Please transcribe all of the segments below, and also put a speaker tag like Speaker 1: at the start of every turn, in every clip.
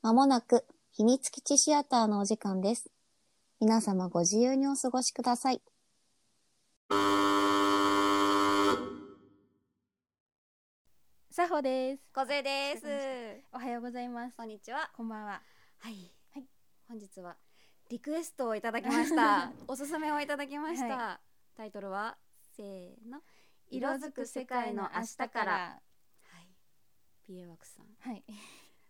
Speaker 1: まもなく秘密基地シアターのお時間です。皆様ご自由にお過ごしください。
Speaker 2: さほです。
Speaker 3: 小勢です。
Speaker 2: おはようございます
Speaker 3: こ。んにちは。
Speaker 2: こんばんは。
Speaker 3: はい。本日はリクエストをいただきま した。おすすめをいただきました。
Speaker 2: は
Speaker 3: タイトルはせーの。色づく世界の明日から。は。い。ピエワクさん。
Speaker 2: はい。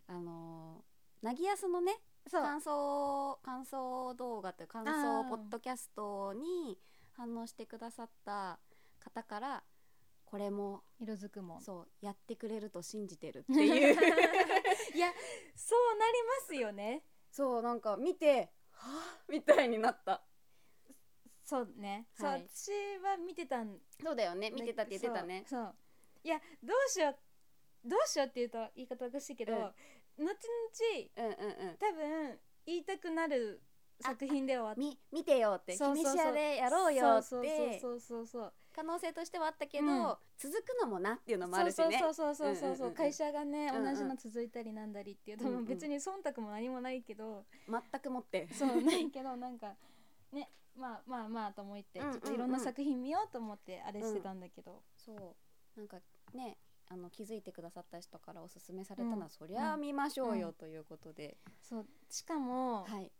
Speaker 3: あのー、なぎやすのね、
Speaker 2: そう。
Speaker 3: 感想感想動画というか感
Speaker 2: あ
Speaker 3: 想
Speaker 2: ー
Speaker 3: ポッドキャストに反応してくださった方から。これも
Speaker 2: 色づくもん。
Speaker 3: そうやってくれると信じてるっていう
Speaker 4: いやそうなりますよね
Speaker 3: そうなんか見てはあみたいになった
Speaker 4: そうね、
Speaker 3: はい
Speaker 4: そう私は見てたん
Speaker 3: そうだよね見てたって言ってたね
Speaker 4: そうそういやどうしようどうしようっていうと言い方おかしいけど、
Speaker 3: うん
Speaker 4: 後々
Speaker 3: うんうんうん
Speaker 4: 多分言いたくなる作品ではあっ
Speaker 3: み見てよって
Speaker 4: そうそうそう
Speaker 3: 君視野でやろうよっ
Speaker 4: そうそう
Speaker 3: て
Speaker 4: そうそうそう
Speaker 3: 可能性としてはあったけど、
Speaker 4: うん
Speaker 3: 続くのもなっていうのもあ
Speaker 4: そう
Speaker 3: るし
Speaker 4: そう
Speaker 3: ね
Speaker 4: そうそうそうそう
Speaker 3: うんうんうんうん
Speaker 4: 会社がね
Speaker 3: うんうん
Speaker 4: 同じの続いたりなんだりっていう、
Speaker 3: うんう
Speaker 4: 多
Speaker 3: ん
Speaker 4: 分別に忖度も何もないけど、
Speaker 3: 全くもって
Speaker 4: そうないけどなんかねまあまあまあと思ってち
Speaker 3: うんうん
Speaker 4: ょ
Speaker 3: うん
Speaker 4: っといろんな作品見ようと思ってあれしてたんだけど、
Speaker 3: そうなんかねあの気づいてくださった人からおすすめされたのは、
Speaker 4: うん
Speaker 3: そりゃあ見ましょう
Speaker 4: う
Speaker 3: よ
Speaker 4: ん
Speaker 3: ということで、
Speaker 4: そうしかも、
Speaker 3: はい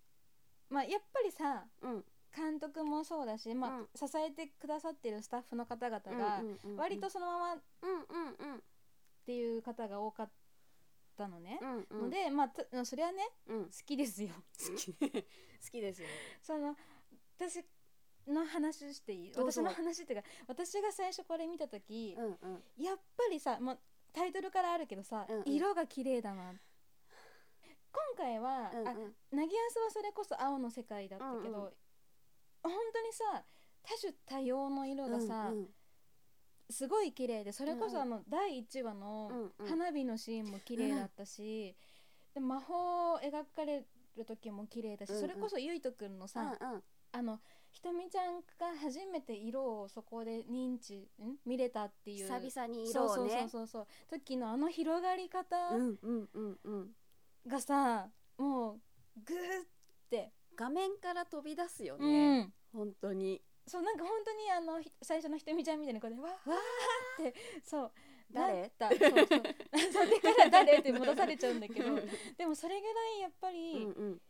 Speaker 4: まあやっぱりさ
Speaker 3: うんうん
Speaker 4: 監督もそうだし、まあ
Speaker 3: うん
Speaker 4: 支えてくださってるスタッフの方々が
Speaker 3: うんうんうん
Speaker 4: 割とそのままっ
Speaker 3: うんうんうん
Speaker 4: ていう方が多かったのね、
Speaker 3: うんうん
Speaker 4: のでまあたそれはね
Speaker 3: うん好
Speaker 4: 好きですよ
Speaker 3: き好きですよ
Speaker 4: その私の話していい
Speaker 3: どうぞ
Speaker 4: 私の話っていうか私が最初これ見た時、
Speaker 3: うんうん
Speaker 4: やっぱりさ、まあ、タイトルからあるけどさ、
Speaker 3: うんうん
Speaker 4: 色が綺麗だな今回は、
Speaker 3: うん
Speaker 4: あ
Speaker 3: うん
Speaker 4: なぎやすはそれこそ青の世界だったけど、
Speaker 3: うんうん
Speaker 4: 本当にさ多種多様の色がさ、
Speaker 3: うん
Speaker 4: すごい綺麗でそれこそ
Speaker 3: うん
Speaker 4: あの第1話の
Speaker 3: うん
Speaker 4: 花火のシーンも綺麗だったし、で魔法を描かれる時も綺麗だし、
Speaker 3: うんうん
Speaker 4: それこそゆいとくんのさ、
Speaker 3: うんうん
Speaker 4: あのひとみちゃんが初めて色をそこで認知ん見れたっていう
Speaker 3: 久々に色をね
Speaker 4: そうそうそうそう時のあの広がり方
Speaker 3: うんうんうんうん
Speaker 4: がさ、もうグーって、
Speaker 3: 画面から飛び出すよ
Speaker 4: う
Speaker 3: ね、
Speaker 4: ん
Speaker 3: 本当に
Speaker 4: そうなんか本当にあのひ最初のひとみちゃんみたいな子でわーってそう
Speaker 3: 誰
Speaker 4: なったそうそ うそうでから誰って戻されちゃうんだけど
Speaker 3: うん
Speaker 4: でもそれぐらいやっぱ
Speaker 3: う
Speaker 4: り
Speaker 3: んうん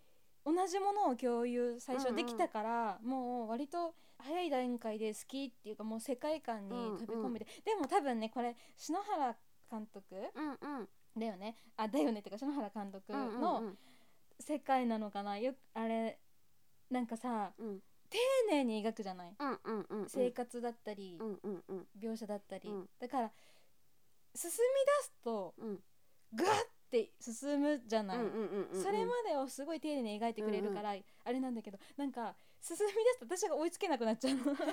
Speaker 4: 同じものを共有最初できたから、もう割と早い段階で好きっていうかもう世界観に飛び込めて、でも多分ねこれ篠原監督
Speaker 3: うんうん
Speaker 4: だよねあだよねってか篠原監督
Speaker 3: うんうん
Speaker 4: の世界なのかなよくあれなんかさ
Speaker 3: うん
Speaker 4: 丁寧に描くじゃない
Speaker 3: うんうんうんうん
Speaker 4: 生活だったり
Speaker 3: うんうんうん
Speaker 4: 描写だったり、
Speaker 3: うん
Speaker 4: だから進み出すと
Speaker 3: うん
Speaker 4: ガッて進むじゃない、
Speaker 3: うんうんうんうん
Speaker 4: それまでをすごい丁寧に描いてくれるから、あれなんだけどなんか進み出すと私が追いつけなくなっちゃう のそうそう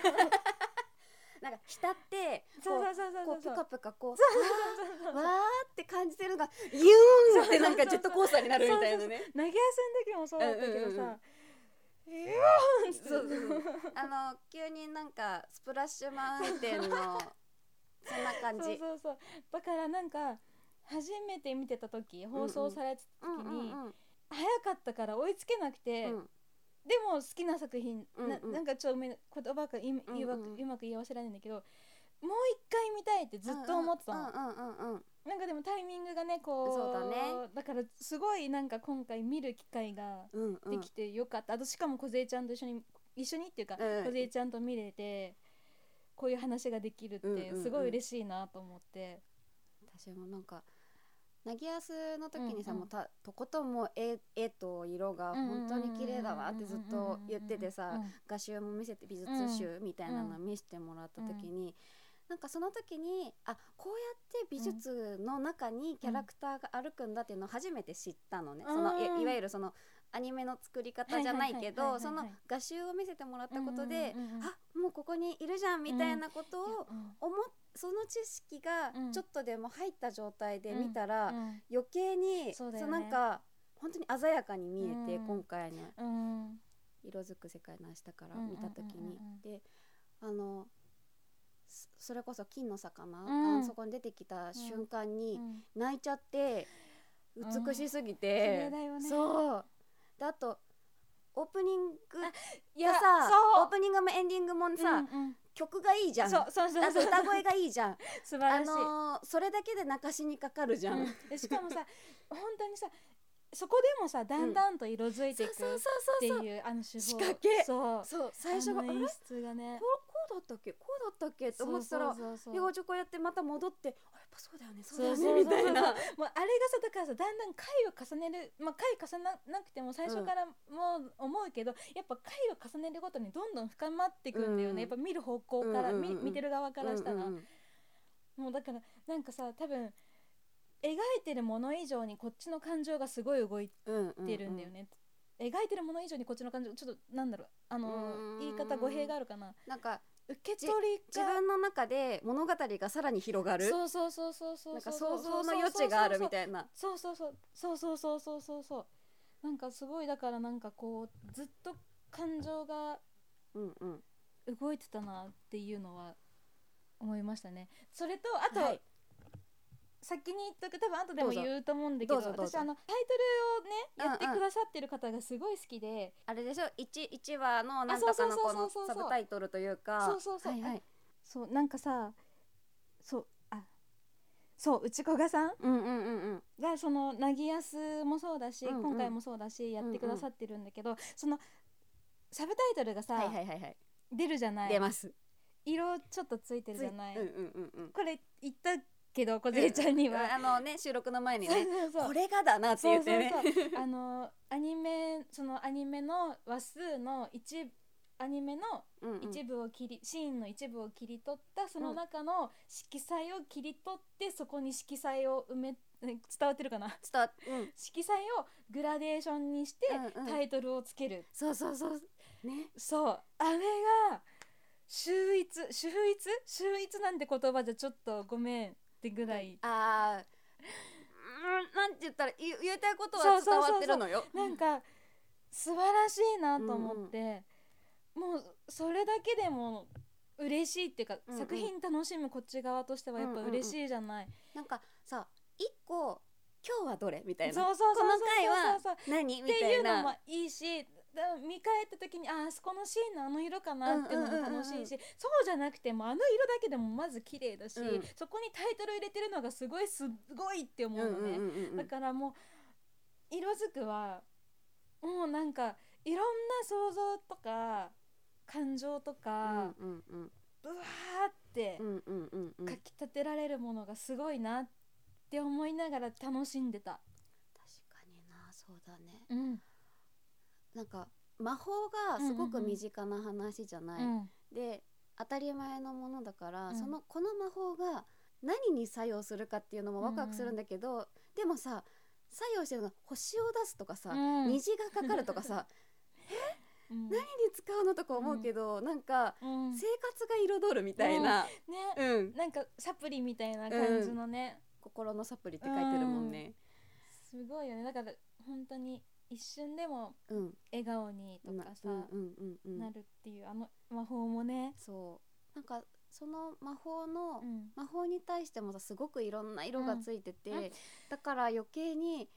Speaker 3: なんか浸って
Speaker 4: そう
Speaker 3: こ
Speaker 4: そう
Speaker 3: うこうぷ
Speaker 4: そう
Speaker 3: かぷかこう
Speaker 4: そうそう
Speaker 3: わーって感じてるのがユーンってなんか
Speaker 4: そ
Speaker 3: ジ
Speaker 4: うそ
Speaker 3: ェット
Speaker 4: うそう
Speaker 3: コースターになるみたいなね
Speaker 4: 投げ足の時もそうだったけど
Speaker 3: うんうんうん
Speaker 4: さ、えー
Speaker 3: そうそうそうあの急になんかスプラッシュマウンテン のそんな感
Speaker 4: そう
Speaker 3: じ
Speaker 4: そうそうだからなんか初めて見てた時放送されてた時に、早かったから追いつけなくて、
Speaker 3: うん
Speaker 4: でも好きな作品、な
Speaker 3: うんうん
Speaker 4: なんかちょっとめ言葉がい
Speaker 3: うんうん
Speaker 4: いわくうまく言い忘れないんだけどもう一回見たいってずっと思ってたの、
Speaker 3: うんうんうんうん
Speaker 4: なんかでもタイミングがねこう
Speaker 3: そうだね
Speaker 4: だからすごいなんか今回見る機会が
Speaker 3: うんうん
Speaker 4: できてよかった、あとしかも梢ちゃんと一緒に一緒にっていうか
Speaker 3: うん
Speaker 4: 梢、ちゃんと見れてこういう話ができるっ
Speaker 3: うんうんう
Speaker 4: て
Speaker 3: ん
Speaker 4: すごい嬉しいなと思って。
Speaker 3: 私もなんかなぎやすの時にさ、
Speaker 4: うんうん
Speaker 3: もうたとことんもう絵絵と色が本当に綺麗だわってずっと言っててさ、画集も見せて美術集みたいなの見せてもらった時に、なんかその時にあこうやって美術の中にキャラクターが歩くんだっていうのを初めて知ったのね、
Speaker 4: うん
Speaker 3: その
Speaker 4: うん
Speaker 3: いいわゆるそのアニメの作り方じゃないけ
Speaker 4: はいは
Speaker 3: ど
Speaker 4: いはい
Speaker 3: そ
Speaker 4: はいはい
Speaker 3: の画集を見せてもらったことで、
Speaker 4: うんうんうんうん
Speaker 3: あもうここにいるじゃんみたいなことを
Speaker 4: うん
Speaker 3: 思っその知識が
Speaker 4: うん
Speaker 3: ちょっとでも入った状態で見たら、
Speaker 4: うん
Speaker 3: 余計にそ
Speaker 4: そ
Speaker 3: うう、
Speaker 4: だよね
Speaker 3: なんか本当に鮮やかに見えて、
Speaker 4: うん
Speaker 3: 今回の
Speaker 4: うん
Speaker 3: 色づく世界の明日から
Speaker 4: うん
Speaker 3: 見た時
Speaker 4: うん
Speaker 3: に
Speaker 4: うんうんうん
Speaker 3: であのそそれこそ金の魚
Speaker 4: うん
Speaker 3: がそこに出てきた瞬間に泣いちゃってうつ美しすぎ
Speaker 4: 綺
Speaker 3: て
Speaker 4: 麗、だよね
Speaker 3: そうであとオープニング
Speaker 4: い
Speaker 3: が
Speaker 4: や
Speaker 3: さ
Speaker 4: そう
Speaker 3: オープニングもエンディングもさ、
Speaker 4: うんうん
Speaker 3: 曲がいいじゃん
Speaker 4: そうそうそう
Speaker 3: あと
Speaker 4: そう
Speaker 3: 歌声がいいじゃん
Speaker 4: 素晴
Speaker 3: あ
Speaker 4: らしい、
Speaker 3: のーそれだけで泣かしにかかるじゃん、
Speaker 4: うんでしかもさ本当にさそこでもさだんだんと色づいていくっ
Speaker 3: そう
Speaker 4: て
Speaker 3: そうそう
Speaker 4: いうあの手法
Speaker 3: 仕掛け
Speaker 4: そう
Speaker 3: そう最初があ
Speaker 4: あ
Speaker 3: れこ
Speaker 4: の演出がね
Speaker 3: こうだったっけこうだったっけって思ってたら
Speaker 4: そうそうそう
Speaker 3: 英語ちょこやってまた戻ってあやっぱそうだよねそうだ
Speaker 4: そ
Speaker 3: よ
Speaker 4: うそうそう
Speaker 3: ねみたい
Speaker 4: も
Speaker 3: な
Speaker 4: うあれがさだからさだんだん回を重ねるまあ回重ななくても最初からもう思うけど、やっぱ回を重ねるごとにどんどん深まっていくんだよね、
Speaker 3: うん
Speaker 4: やっぱ見る方向から、
Speaker 3: うんうんう
Speaker 4: み
Speaker 3: ん
Speaker 4: 見てる側からしたら、
Speaker 3: うんうん
Speaker 4: もうだからなんかさ多分描いてるもの以上にこっちの感情がすごい動い
Speaker 3: うんうう
Speaker 4: てるんだよね、描いてるもの以上にこっちの感情ちょっとなんだろうあの
Speaker 3: うん
Speaker 4: 言い方語弊があるかな
Speaker 3: なんか
Speaker 4: 受け取り
Speaker 3: 自
Speaker 4: が
Speaker 3: 分の中で物語がさらに広がる
Speaker 4: そうそうそうそうそう
Speaker 3: なんか
Speaker 4: そう
Speaker 3: 想像の余地があるみたいな
Speaker 4: そうそうそうそうそうそうそうそうそうなんかすごいだからなんかこうずっと感情が
Speaker 3: うんうん
Speaker 4: 動いてたなっていうのは思いましたねそれとあと、
Speaker 3: はい
Speaker 4: 先に言っとく多分後でも
Speaker 3: どうぞ
Speaker 4: 言うと思うんだけど
Speaker 3: どうぞどうぞ
Speaker 4: 私あのタイトルをねやってくださってる方がすごい好きで、
Speaker 3: あれでしょ一一話のなんとかのこ
Speaker 4: そ
Speaker 3: の
Speaker 4: うそうそうそう
Speaker 3: サブタイトルというか
Speaker 4: そうそうそう
Speaker 3: はいはい
Speaker 4: そうなんかさそうあそう内子賀さん
Speaker 3: うんうんうんうん
Speaker 4: がそのなぎやすもそうだし、
Speaker 3: うんうん
Speaker 4: 今回もそうだしやってくださってるんだけど、そのサブタイトルがさ、
Speaker 3: はいはいはいはい
Speaker 4: 出るじゃない
Speaker 3: 出ます
Speaker 4: 色ちょっとついてるじゃない、
Speaker 3: うんうんうんうん
Speaker 4: これ言ったけど小杉ちゃんには、
Speaker 3: あのね収録の前に
Speaker 4: そう
Speaker 3: ね
Speaker 4: そうそう
Speaker 3: これがだなって言ってね
Speaker 4: そうそうそうあのアニメそのアニメの話数の一アニメの
Speaker 3: うんうん
Speaker 4: 一部を切り、シーンの一部を切り取ったその中の色彩を切り取ってそこに色彩を埋め伝わってるかな
Speaker 3: ちょっとうん
Speaker 4: 色彩をグラデーションにして
Speaker 3: うんうん
Speaker 4: タイトルをつける、
Speaker 3: そうそうそうね
Speaker 4: そうあれが秀逸秀逸秀逸なんて言葉じゃちょっとごめんってぐらい
Speaker 3: あーうんなんて言ったら言う言いたいこと
Speaker 4: そ
Speaker 3: は
Speaker 4: うそ
Speaker 3: 伝
Speaker 4: うそうそう
Speaker 3: わってるのよ
Speaker 4: なんか素晴らしいなと思って、もうそれだけでも嬉しいっていうか、
Speaker 3: うんうん
Speaker 4: 作品楽しむこっち側としてはやっぱ嬉しいじゃない、
Speaker 3: なんかさ一個今日はどれみたいな
Speaker 4: そうそうそうそうそうそうそう
Speaker 3: 何み
Speaker 4: って
Speaker 3: た
Speaker 4: い
Speaker 3: いう
Speaker 4: のも
Speaker 3: ない
Speaker 4: いしだ見返った時にああそこのシーンのあの色かなっていうのも楽しいし、
Speaker 3: うんうんうんうん
Speaker 4: そうじゃなくてもあの色だけでもまず綺麗だし、
Speaker 3: うん
Speaker 4: そこにタイトル入れてるのがすごいすごいって思うのね、
Speaker 3: うんうんうんう
Speaker 4: だ
Speaker 3: ん
Speaker 4: からもう色づくはもうなんかいろんな想像とか感情とか、
Speaker 3: うんうん
Speaker 4: うわーって
Speaker 3: うんうんうんうん
Speaker 4: かきたてられるものがすごいなって思いながら楽しんでた。
Speaker 3: 確かになそうだね
Speaker 4: うん
Speaker 3: なんか魔法がすごく身近な話じゃない、
Speaker 4: うん
Speaker 3: で当たり前のものだから、
Speaker 4: うん
Speaker 3: そのこの魔法が何に作用するかっていうのもワクワクするんだけど、でもさ作用してるのが星を出すとかさ、
Speaker 4: うん
Speaker 3: 虹がかかるとかさ
Speaker 4: う
Speaker 3: 何
Speaker 4: ん
Speaker 3: に使うのとか思うけど、なんか
Speaker 4: うん
Speaker 3: 生活が彩るみたいな、
Speaker 4: ね、
Speaker 3: うん
Speaker 4: なんかサプリみたいな感じのね、
Speaker 3: 心のサプリって書いてるもんね。
Speaker 4: すごいよねだから本当に一瞬でも
Speaker 3: うん、
Speaker 4: 笑顔にとかさ、
Speaker 3: うんうんうんうん
Speaker 4: なるっていうあの魔法もね、
Speaker 3: そうなんかその魔法の、
Speaker 4: うん
Speaker 3: 魔法に対してもさすごくいろんな色がついてて、
Speaker 4: うんうん
Speaker 3: だから余計に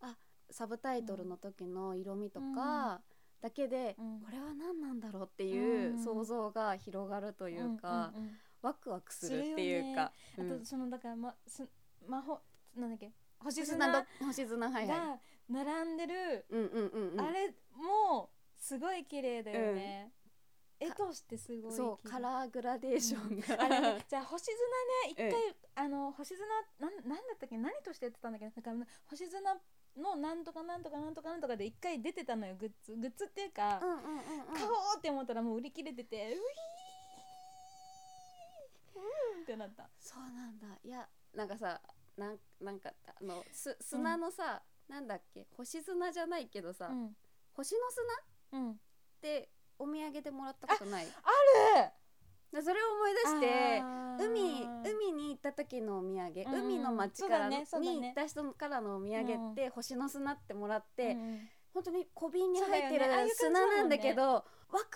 Speaker 3: あサブタイトルの時の色味とかだけで、
Speaker 4: うん
Speaker 3: これは何なんだろうっていううん想像が広がるというか、
Speaker 4: うんうんうん
Speaker 3: ワクワクするっていうか。
Speaker 4: あ
Speaker 3: うん
Speaker 4: とそのだから、ま、す魔法なんだっけ星
Speaker 3: 星
Speaker 4: 砂
Speaker 3: 砂
Speaker 4: が
Speaker 3: ど星砂はいはい。
Speaker 4: 並んでる、
Speaker 3: うんうんうんうん
Speaker 4: あれもすごい綺麗だよね、絵としてすごい綺麗
Speaker 3: そうカラーグラデーション が、
Speaker 4: あれね、じゃあ星砂ね一回、
Speaker 3: え
Speaker 4: あの星砂なんなんだったっけ何としてやってたんだっけなんかあの星砂のなんとかなんとかなんとかなんとかで一回出てたのよグッズグッズっていうか、
Speaker 3: うんうんうんうん
Speaker 4: 買おうって思ったらもう売り切れててウィーうんってなった
Speaker 3: そうなんだいやなんかさなんなんかあのす砂のさ、なんだっけ星砂じゃないけどさ、
Speaker 4: うん
Speaker 3: 星の砂
Speaker 4: うん
Speaker 3: ってお土産でもらったことないでそれを思い出して海海に行った時のお土産、
Speaker 4: うんうん
Speaker 3: 海の町からの、
Speaker 4: そうだねそうだね
Speaker 3: に行った人からのお土産って、星の砂ってもらって、
Speaker 4: うんうん
Speaker 3: 本当に小瓶に入ってる
Speaker 4: そうだよねああいう感じだもん
Speaker 3: 砂
Speaker 4: ね
Speaker 3: なんだけどワク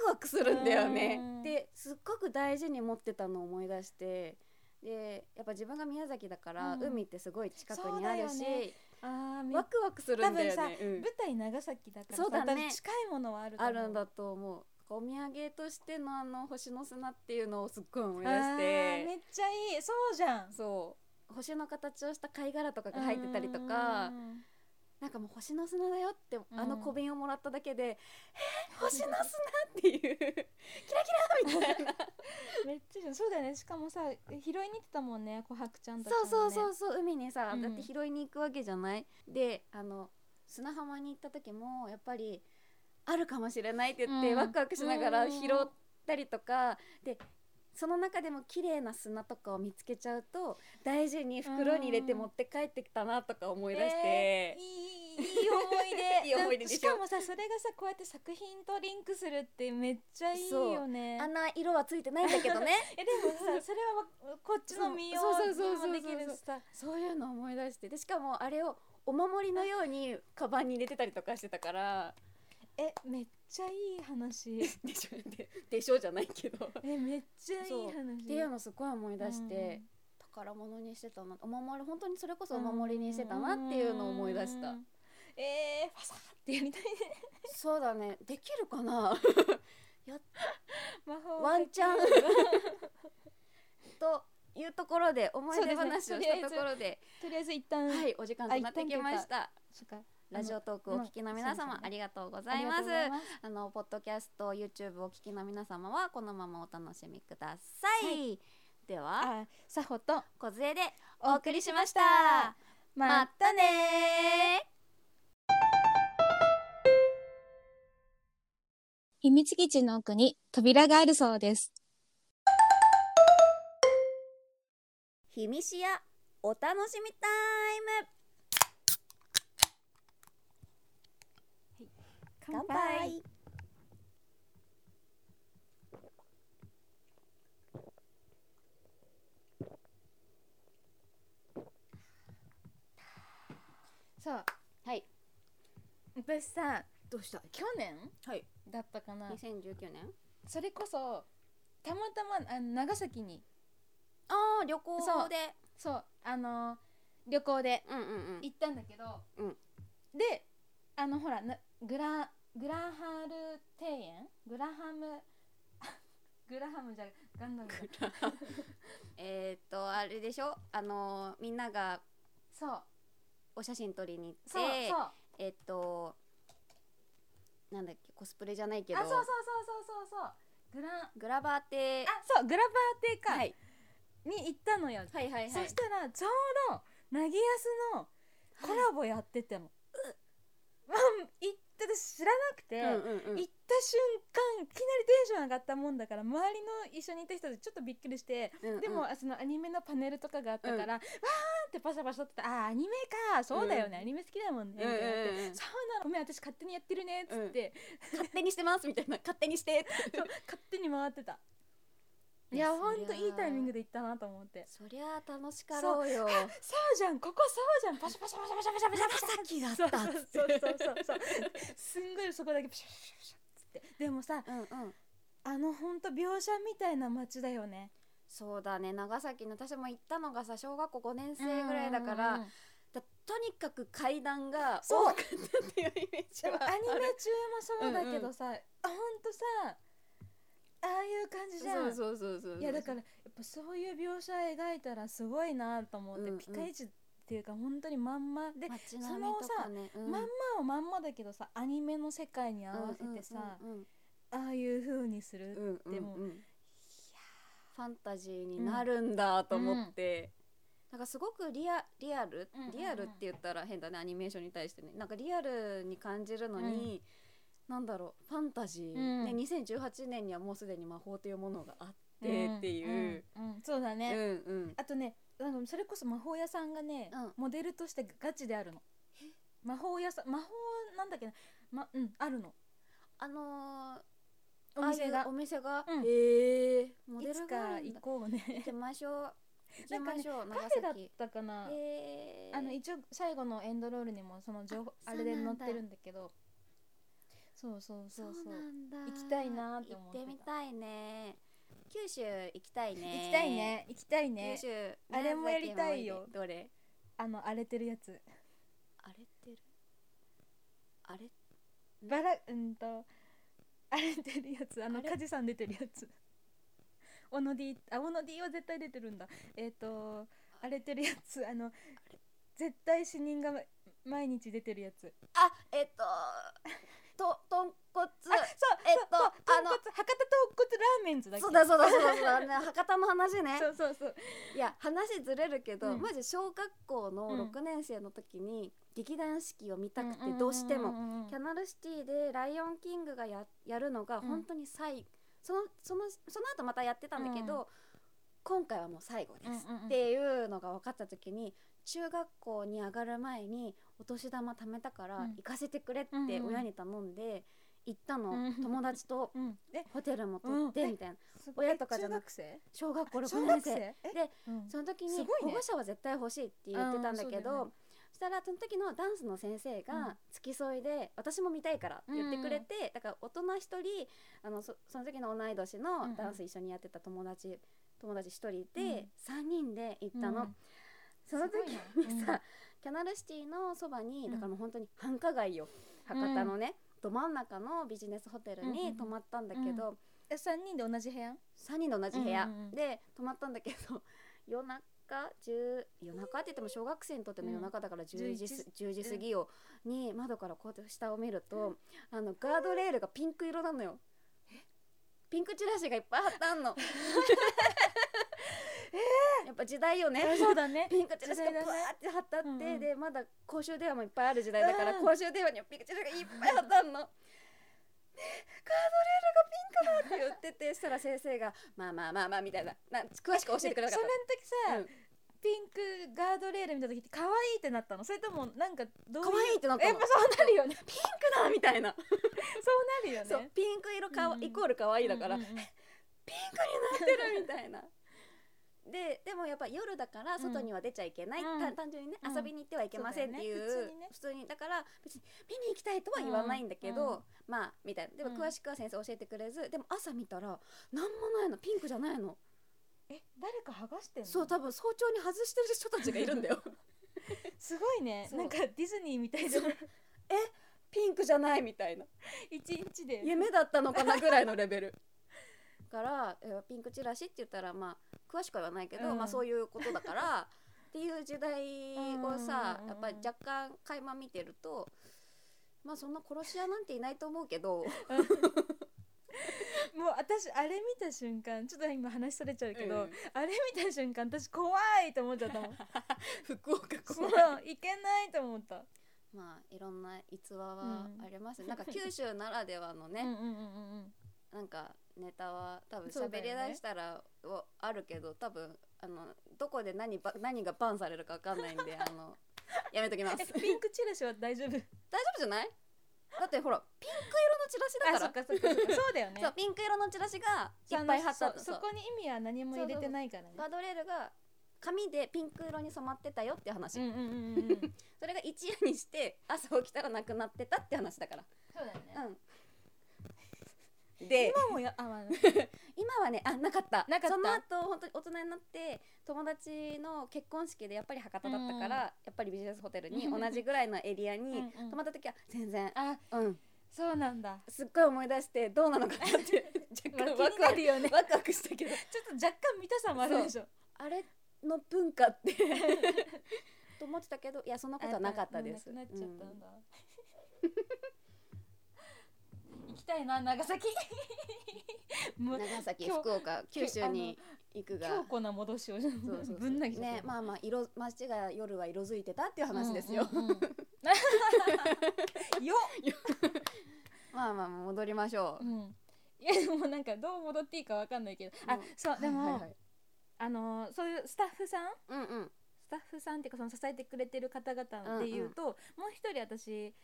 Speaker 3: ワクするんだよね
Speaker 4: うん。
Speaker 3: ですっごく大事に持ってたのを思い出してでやっぱ自分が宮崎だから、
Speaker 4: うん
Speaker 3: 海ってすごい近くにある
Speaker 4: そう
Speaker 3: し、
Speaker 4: だよねあーめ
Speaker 3: ワクワクするんだよね、うん
Speaker 4: 舞台長崎だからさ
Speaker 3: そうだね
Speaker 4: 多分近いものはあると
Speaker 3: あ
Speaker 4: 思う
Speaker 3: るんだと思うお土産としてのあの星の砂っていうのをすっごい思い
Speaker 4: あ
Speaker 3: 出
Speaker 4: ー
Speaker 3: して
Speaker 4: めっちゃいいそうじゃん
Speaker 3: そう星の形をした貝殻とかが入ってたりとか
Speaker 4: うん
Speaker 3: なんかもう星の砂だよって
Speaker 4: ん
Speaker 3: あの小瓶をもらっただけで、えー星の砂っていうキラキラみたいな
Speaker 4: めっちゃいいじゃんそうだよねしかもさ拾いに行ってたもんね琥珀ちゃんたち
Speaker 3: そうそう
Speaker 4: も
Speaker 3: そ
Speaker 4: ね
Speaker 3: うそう海にさ
Speaker 4: うん
Speaker 3: だって拾いに行くわけじゃない、であの砂浜に行った時もやっぱりあるかもしれないって言って、
Speaker 4: うん
Speaker 3: ワクワクしなが
Speaker 4: う
Speaker 3: ら
Speaker 4: ん
Speaker 3: 拾ったりとかでその中でも綺麗な砂とかを見つけちゃうと大事に袋に入れて持って帰ってきたなとか思い出して、
Speaker 4: えーいいいい思い出
Speaker 3: いい思い出でし
Speaker 4: し
Speaker 3: ょ
Speaker 4: かもさそれがさこうやって作品とリンクするってめっちゃいいよね
Speaker 3: あんな色はついてないんだけどね
Speaker 4: えでもさそれはわこっちの身を
Speaker 3: そうそうそうそうそう
Speaker 4: もできるしさ
Speaker 3: そういうの思い出してでしかもあれをお守りのようにカバンに入れてたりとかしてた から
Speaker 4: えめっちゃいい 話
Speaker 3: でしょででしょじゃないけど。
Speaker 4: えめっちゃいい
Speaker 3: そう
Speaker 4: 話
Speaker 3: っていうのすごい思い出して、宝物にしてたなお守り本当にそれこそお守りにしてたなっていうのを思い出した、
Speaker 4: うんえー、ファサーってやりたいね
Speaker 3: そうだねできるか な
Speaker 4: 魔法
Speaker 3: ワンチャンというところで思い出話をしたところで
Speaker 4: とりあえず一旦、
Speaker 3: はいお時間となってきました
Speaker 4: そっか
Speaker 3: ラジオトークをお聞きの皆
Speaker 4: あ
Speaker 3: 様
Speaker 4: の
Speaker 3: ありがとうご
Speaker 4: あ
Speaker 3: ざ
Speaker 4: り
Speaker 3: い
Speaker 4: が
Speaker 3: ます
Speaker 4: とうございます
Speaker 3: あのポッドキャスト YouTube をお聞きの皆様はこのままお楽しみください、では
Speaker 4: あさほと
Speaker 3: 小杖で
Speaker 4: お
Speaker 3: お
Speaker 4: 送
Speaker 3: 送
Speaker 4: り
Speaker 3: り
Speaker 4: し
Speaker 3: し
Speaker 4: ま
Speaker 3: ま
Speaker 4: し
Speaker 3: したた
Speaker 4: またねー
Speaker 1: 秘密基地の奥に扉があるそうです。
Speaker 3: ひみしやお楽しみタイム乾杯
Speaker 4: さあ
Speaker 3: はい
Speaker 4: 私さ
Speaker 3: どうした
Speaker 4: 去年
Speaker 3: はい
Speaker 4: だったかな
Speaker 3: 2019年
Speaker 4: それこそたまたまあの長崎に
Speaker 3: ああ旅行
Speaker 4: そう
Speaker 3: で
Speaker 4: そうあの旅行で
Speaker 3: うんうんうん
Speaker 4: 行ったんだけど、
Speaker 3: うん
Speaker 4: であのほらなグラグラハル庭園グラハム グラハムじゃガンダムじゃない
Speaker 3: えーっとあれでしょあのーみんなが
Speaker 4: そう
Speaker 3: お写真撮りに行って
Speaker 4: そうそうあ
Speaker 3: えーっとなんだっけコスプレじゃないけ
Speaker 4: そう
Speaker 3: ど
Speaker 4: そうそうそうそうそうグラあ
Speaker 3: グラバーって
Speaker 4: そうグラバー亭か、
Speaker 3: はい
Speaker 4: に行ったのよ、
Speaker 3: はいはいはい
Speaker 4: そしたらちょうどなぎやすのコラボやってても、まあ行って私知らなくて、
Speaker 3: うんうんうん
Speaker 4: 行った瞬間いきなりテンション上がったもんだから周りの一緒にいた人でちょっとびっくりして、
Speaker 3: うんうん
Speaker 4: でもあそのアニメのパネルとかがあったから、わーってパシャパシャ撮ってたあーアニメかそうだよね、アニメ好きだもんね
Speaker 3: う
Speaker 4: み
Speaker 3: ん
Speaker 4: た
Speaker 3: うん
Speaker 4: いになって、
Speaker 3: うん
Speaker 4: そうなのごめん私勝手にやってるねっつって、
Speaker 3: 勝手にしてますみたいな勝手にしてって
Speaker 4: そう勝手に回ってた
Speaker 3: い
Speaker 4: い
Speaker 3: や
Speaker 4: や
Speaker 3: そ
Speaker 4: ほ
Speaker 3: りゃ
Speaker 4: んといいタイミングで行ったなと思って
Speaker 3: そりゃあ楽しかろうよ
Speaker 4: そうじゃんここそうじゃんパシャパシャパシャパシャパシャパシャパシャ
Speaker 3: 先だっ
Speaker 4: そう
Speaker 3: たっつ
Speaker 4: そう
Speaker 3: って
Speaker 4: そうそうそうすんごいそこだけプシャプシャプシャプシャっつってでもさ
Speaker 3: うんうん
Speaker 4: あのほんと描写みたいな街だよね
Speaker 3: そうだね長崎の私も行ったのがさ小学校5年生ぐらいだから、だとにかく階段が多
Speaker 4: そう
Speaker 3: かったっていうイメージ
Speaker 4: で
Speaker 3: は
Speaker 4: も
Speaker 3: あ
Speaker 4: アニメ
Speaker 3: る
Speaker 4: 中もそうだけどさ、ほんとさああいう感じじゃん
Speaker 3: そうそうそうそう
Speaker 4: いやだからやっぱそういう描写描いたらすごいなと思って、
Speaker 3: うんうん
Speaker 4: ピカイチっていうか本当にまんまで、
Speaker 3: 街並みとかねうん
Speaker 4: まんまをまんまだけどさアニメの世界に合わせてさ、
Speaker 3: うんうん
Speaker 4: ああいう風にする、
Speaker 3: うんうん
Speaker 4: でも
Speaker 3: うんうんファンタジーになるんだと思って、なんかすごくリアリアル
Speaker 4: うんうんうん
Speaker 3: リアルって言ったら変だねアニメーションに対してねなんかリアルに感じるのに、なんだろうファンタジー、
Speaker 4: うん
Speaker 3: ね、2018年にはもうすでに魔法というものがあってっていう、
Speaker 4: うんうんうんそうだ
Speaker 3: うん
Speaker 4: ね、
Speaker 3: うん
Speaker 4: あとねなんかそれこそ魔法屋さんがね、
Speaker 3: うん
Speaker 4: モデルとしてガチであるの魔法屋さん魔法なんだっけな、ま、うんあるの
Speaker 3: あのー
Speaker 4: お店
Speaker 3: ああい
Speaker 4: が
Speaker 3: うお店が、
Speaker 4: うん
Speaker 3: へえモ
Speaker 4: い
Speaker 3: デ
Speaker 4: つ
Speaker 3: ル
Speaker 4: か
Speaker 3: があるん
Speaker 4: 行
Speaker 3: だ
Speaker 4: こうね
Speaker 3: 行きましょう行
Speaker 4: な
Speaker 3: きま
Speaker 4: んかね
Speaker 3: しょう、
Speaker 4: カ
Speaker 3: 長
Speaker 4: フェだっ
Speaker 3: 崎
Speaker 4: たか
Speaker 3: へ
Speaker 4: な、
Speaker 3: え
Speaker 4: あの一応最後のエンドロールにもその情報
Speaker 3: あ
Speaker 4: あれで
Speaker 3: そう
Speaker 4: 載
Speaker 3: な
Speaker 4: っ
Speaker 3: んだ
Speaker 4: てるんだけどそうそうそうそう
Speaker 3: なんだ
Speaker 4: 行きたいなって思って
Speaker 3: 行
Speaker 4: た
Speaker 3: ってみたいね九州行きたいね
Speaker 4: 行きたいね行きたいね
Speaker 3: 九州
Speaker 4: あれもやりたいよ
Speaker 3: 宮崎もどれ
Speaker 4: あの荒れてるやつてる
Speaker 3: あれ
Speaker 4: バラうんとあれ出るやつあの
Speaker 3: あれ
Speaker 4: 梶さん出てるやつオノディあオノディは絶対出てるんだえっ、とあれ出るやつあの絶対死人がま毎日出てるやつ
Speaker 3: あえっと と豚骨
Speaker 4: あそう
Speaker 3: えっと
Speaker 4: そうそう
Speaker 3: あ
Speaker 4: 豚
Speaker 3: の
Speaker 4: 骨博多豚骨ラーメンズだっけ
Speaker 3: そうだそうだそうだそうだ、ね、博多の話ね
Speaker 4: そうそうそう
Speaker 3: いや話ずれるけど、
Speaker 4: うん
Speaker 3: マジ小学校
Speaker 4: うん
Speaker 3: の6年生の時に劇団四季を見たく
Speaker 4: ん
Speaker 3: て
Speaker 4: んん
Speaker 3: どうしても、
Speaker 4: んうん
Speaker 3: キャナルシティで「ライオンキング」がややるのが本当に最、そのそのその後またやってたんだけど、今回はもう最後です
Speaker 4: うんうんうん
Speaker 3: っていうのが分かった時に中学校に上がる前にお年玉貯めたから
Speaker 4: うん
Speaker 3: 行かせてくれっ
Speaker 4: うん
Speaker 3: て
Speaker 4: うん
Speaker 3: 親に頼んで行ったの、
Speaker 4: うん
Speaker 3: 友達と
Speaker 4: うんえ
Speaker 3: ホテルも取っ
Speaker 4: うん
Speaker 3: て
Speaker 4: え
Speaker 3: みたいな
Speaker 4: すごい
Speaker 3: 親とかじゃな
Speaker 4: 中学生
Speaker 3: 小学校
Speaker 4: 小
Speaker 3: 6年
Speaker 4: 学
Speaker 3: 生
Speaker 4: 生
Speaker 3: で、
Speaker 4: うん
Speaker 3: その時に
Speaker 4: すごい
Speaker 3: 保
Speaker 4: ね
Speaker 3: 護者は絶対欲しいって言ってたんだけど、
Speaker 4: う
Speaker 3: そ
Speaker 4: んそうだよね
Speaker 3: したらその時のダンスの先生
Speaker 4: うん
Speaker 3: が付き添いで、私も見たいからって言ってくれて、だから大人一人あのそその時の同い年
Speaker 4: うんう
Speaker 3: の
Speaker 4: ん
Speaker 3: ダンス一緒にやってた友達、友達一人
Speaker 4: う
Speaker 3: で
Speaker 4: ん
Speaker 3: 3人で行ったの、
Speaker 4: うん
Speaker 3: その時
Speaker 4: すごい
Speaker 3: に
Speaker 4: な
Speaker 3: さ、キャナルシティのそばに
Speaker 4: うん
Speaker 3: だからもう本当に繁華街よ博多のね、ど真ん中のビジネスホテル
Speaker 4: うんう
Speaker 3: に
Speaker 4: ん
Speaker 3: 泊まったんだけど、
Speaker 4: うえ三人で同じ部屋
Speaker 3: 3人で同じ部屋
Speaker 4: うんうんうん
Speaker 3: で泊まったんだけど 夜中10夜中って言っても小学生にとっての夜中だから10時す10時過ぎをに窓からこうやって下を見るとあのガードレールがピンク色なのよ。ピンクチラシがいっぱい貼ってあん の。 やっぱ時代よね。
Speaker 4: そうだね
Speaker 3: ピンクチラシが
Speaker 4: 時代だ
Speaker 3: バ
Speaker 4: ね
Speaker 3: ーって貼ってあって、
Speaker 4: うんうん
Speaker 3: でまだ公衆電話もいっぱいある時代だから、
Speaker 4: うん
Speaker 3: 公衆電話にもピンクチラシがいっぱい貼ってあ んの。ねガードレールがピンクだって言っててそしたら先生が「まあまあまあまあ」みたいなな詳し く教えてくれなかっ
Speaker 4: それ
Speaker 3: た。
Speaker 4: の時さ、ピンクガードレール見た時って可愛いってなったのそれともなんかどういう
Speaker 3: 可愛いってなったの
Speaker 4: やっぱそうなるよね
Speaker 3: ピンクだみたいな、
Speaker 4: そうなるよね
Speaker 3: そうピンク色かわ、
Speaker 4: うん
Speaker 3: イコール可愛いだから、
Speaker 4: うんうんうん
Speaker 3: ピンクになってるみたいな。ででもやっぱ夜だから外には出ちゃいけない、
Speaker 4: うん
Speaker 3: た単純にね、
Speaker 4: うん
Speaker 3: 遊びに行ってはいけませんっていう
Speaker 4: そうだよね
Speaker 3: 普通にだから別に見に行きたいとは言わないんだけど、
Speaker 4: うんうん
Speaker 3: まあみたいなでも
Speaker 4: うん
Speaker 3: 詳しくは先生教えてくれず、でも朝見たら何もないのピンクじゃないの、
Speaker 4: え誰か剥がしてんの
Speaker 3: そう多分早朝に外してる人たちがいるんだ よ
Speaker 4: すごいね
Speaker 3: そう
Speaker 4: なんかディズニーみたいな
Speaker 3: ピンクじゃないみたいな
Speaker 4: 一日で
Speaker 3: 夢だったのかなぐらいのレベルだから、えーピンクチラシって言ったらまあ詳しくは言わないけど、
Speaker 4: うん
Speaker 3: まあそういうことだから っていう時代をさ
Speaker 4: うんうんうんうん
Speaker 3: やっぱり若干垣間見てるとまあそんな殺し屋なんていないと思うけど
Speaker 4: もう私あれ見た瞬間ちょっと今話されちゃうけど、
Speaker 3: うん
Speaker 4: あれ見た瞬間私怖いと思っちゃったもん
Speaker 3: 福岡
Speaker 4: そ
Speaker 3: 怖
Speaker 4: う
Speaker 3: い
Speaker 4: いけないと思った、
Speaker 3: まあいろんな逸話は
Speaker 4: うん
Speaker 3: あります、なんか九州ならではの ね、
Speaker 4: うんうんうんうんうん
Speaker 3: なんかネタは多分
Speaker 4: そうだ
Speaker 3: 喋り
Speaker 4: よね
Speaker 3: だしたらおあるけど多分あのどこで何ば何がバンされるかわかんないん であのやめときます
Speaker 4: えピンクチラシは 大丈夫
Speaker 3: 大丈夫じゃないだってほらピンク色のチラシだ
Speaker 4: あ
Speaker 3: か
Speaker 4: そ
Speaker 3: ら
Speaker 4: っかそっかそっかそうだよね
Speaker 3: そうピンク色のチラシがいっぱい貼ってあった
Speaker 4: そ
Speaker 3: そう
Speaker 4: そこに意味は何も入れてないからね
Speaker 3: ガードレールが紙でピンク色に染まってたよって話、
Speaker 4: うんうんうんうんうん
Speaker 3: それが一夜にして朝起きたらなくなってたって話だから
Speaker 4: そうだよね
Speaker 3: うんで
Speaker 4: 今もやあ、まあ、
Speaker 3: 今はねあなかった
Speaker 4: なかった
Speaker 3: その後本当に大人になって友達の結婚式でやっぱり博多だったから、
Speaker 4: うん
Speaker 3: やっぱりビジネスホテルに同じぐらいのエリアに
Speaker 4: うんうん
Speaker 3: 泊まった時は全然
Speaker 4: あ
Speaker 3: うん
Speaker 4: そうなんだ
Speaker 3: すっごい思い出してどうなのかなって 若干ワクワク
Speaker 4: よね
Speaker 3: ワクワクしたけど
Speaker 4: ちょっと若干見たさもあるでしょ
Speaker 3: あれの文化 ってと思ってたけどいやそんなことはなかったです
Speaker 4: あやっぱもうなくなっちゃった
Speaker 3: うん
Speaker 4: んだ、行きたいな長崎もう
Speaker 3: 長崎
Speaker 4: 今日
Speaker 3: 福岡九州に行くが
Speaker 4: 強固な戻しをぶ
Speaker 3: そうそうそうん
Speaker 4: 投げちゃった
Speaker 3: ねまあまあ色街が夜は色づいてたっていう話ですよ、
Speaker 4: うんうんうんよ
Speaker 3: まあまあ戻りましょ
Speaker 4: っ、
Speaker 3: う、
Speaker 4: うん、いやでもなんかどう戻っていいかわかんないけどあ
Speaker 3: もう
Speaker 4: そうでも、
Speaker 3: はいはいはい
Speaker 4: あのーそういうスタッフさん
Speaker 3: うんうん
Speaker 4: スタッフさんっていうかその支えてくれてる方々でいうと、もう一人私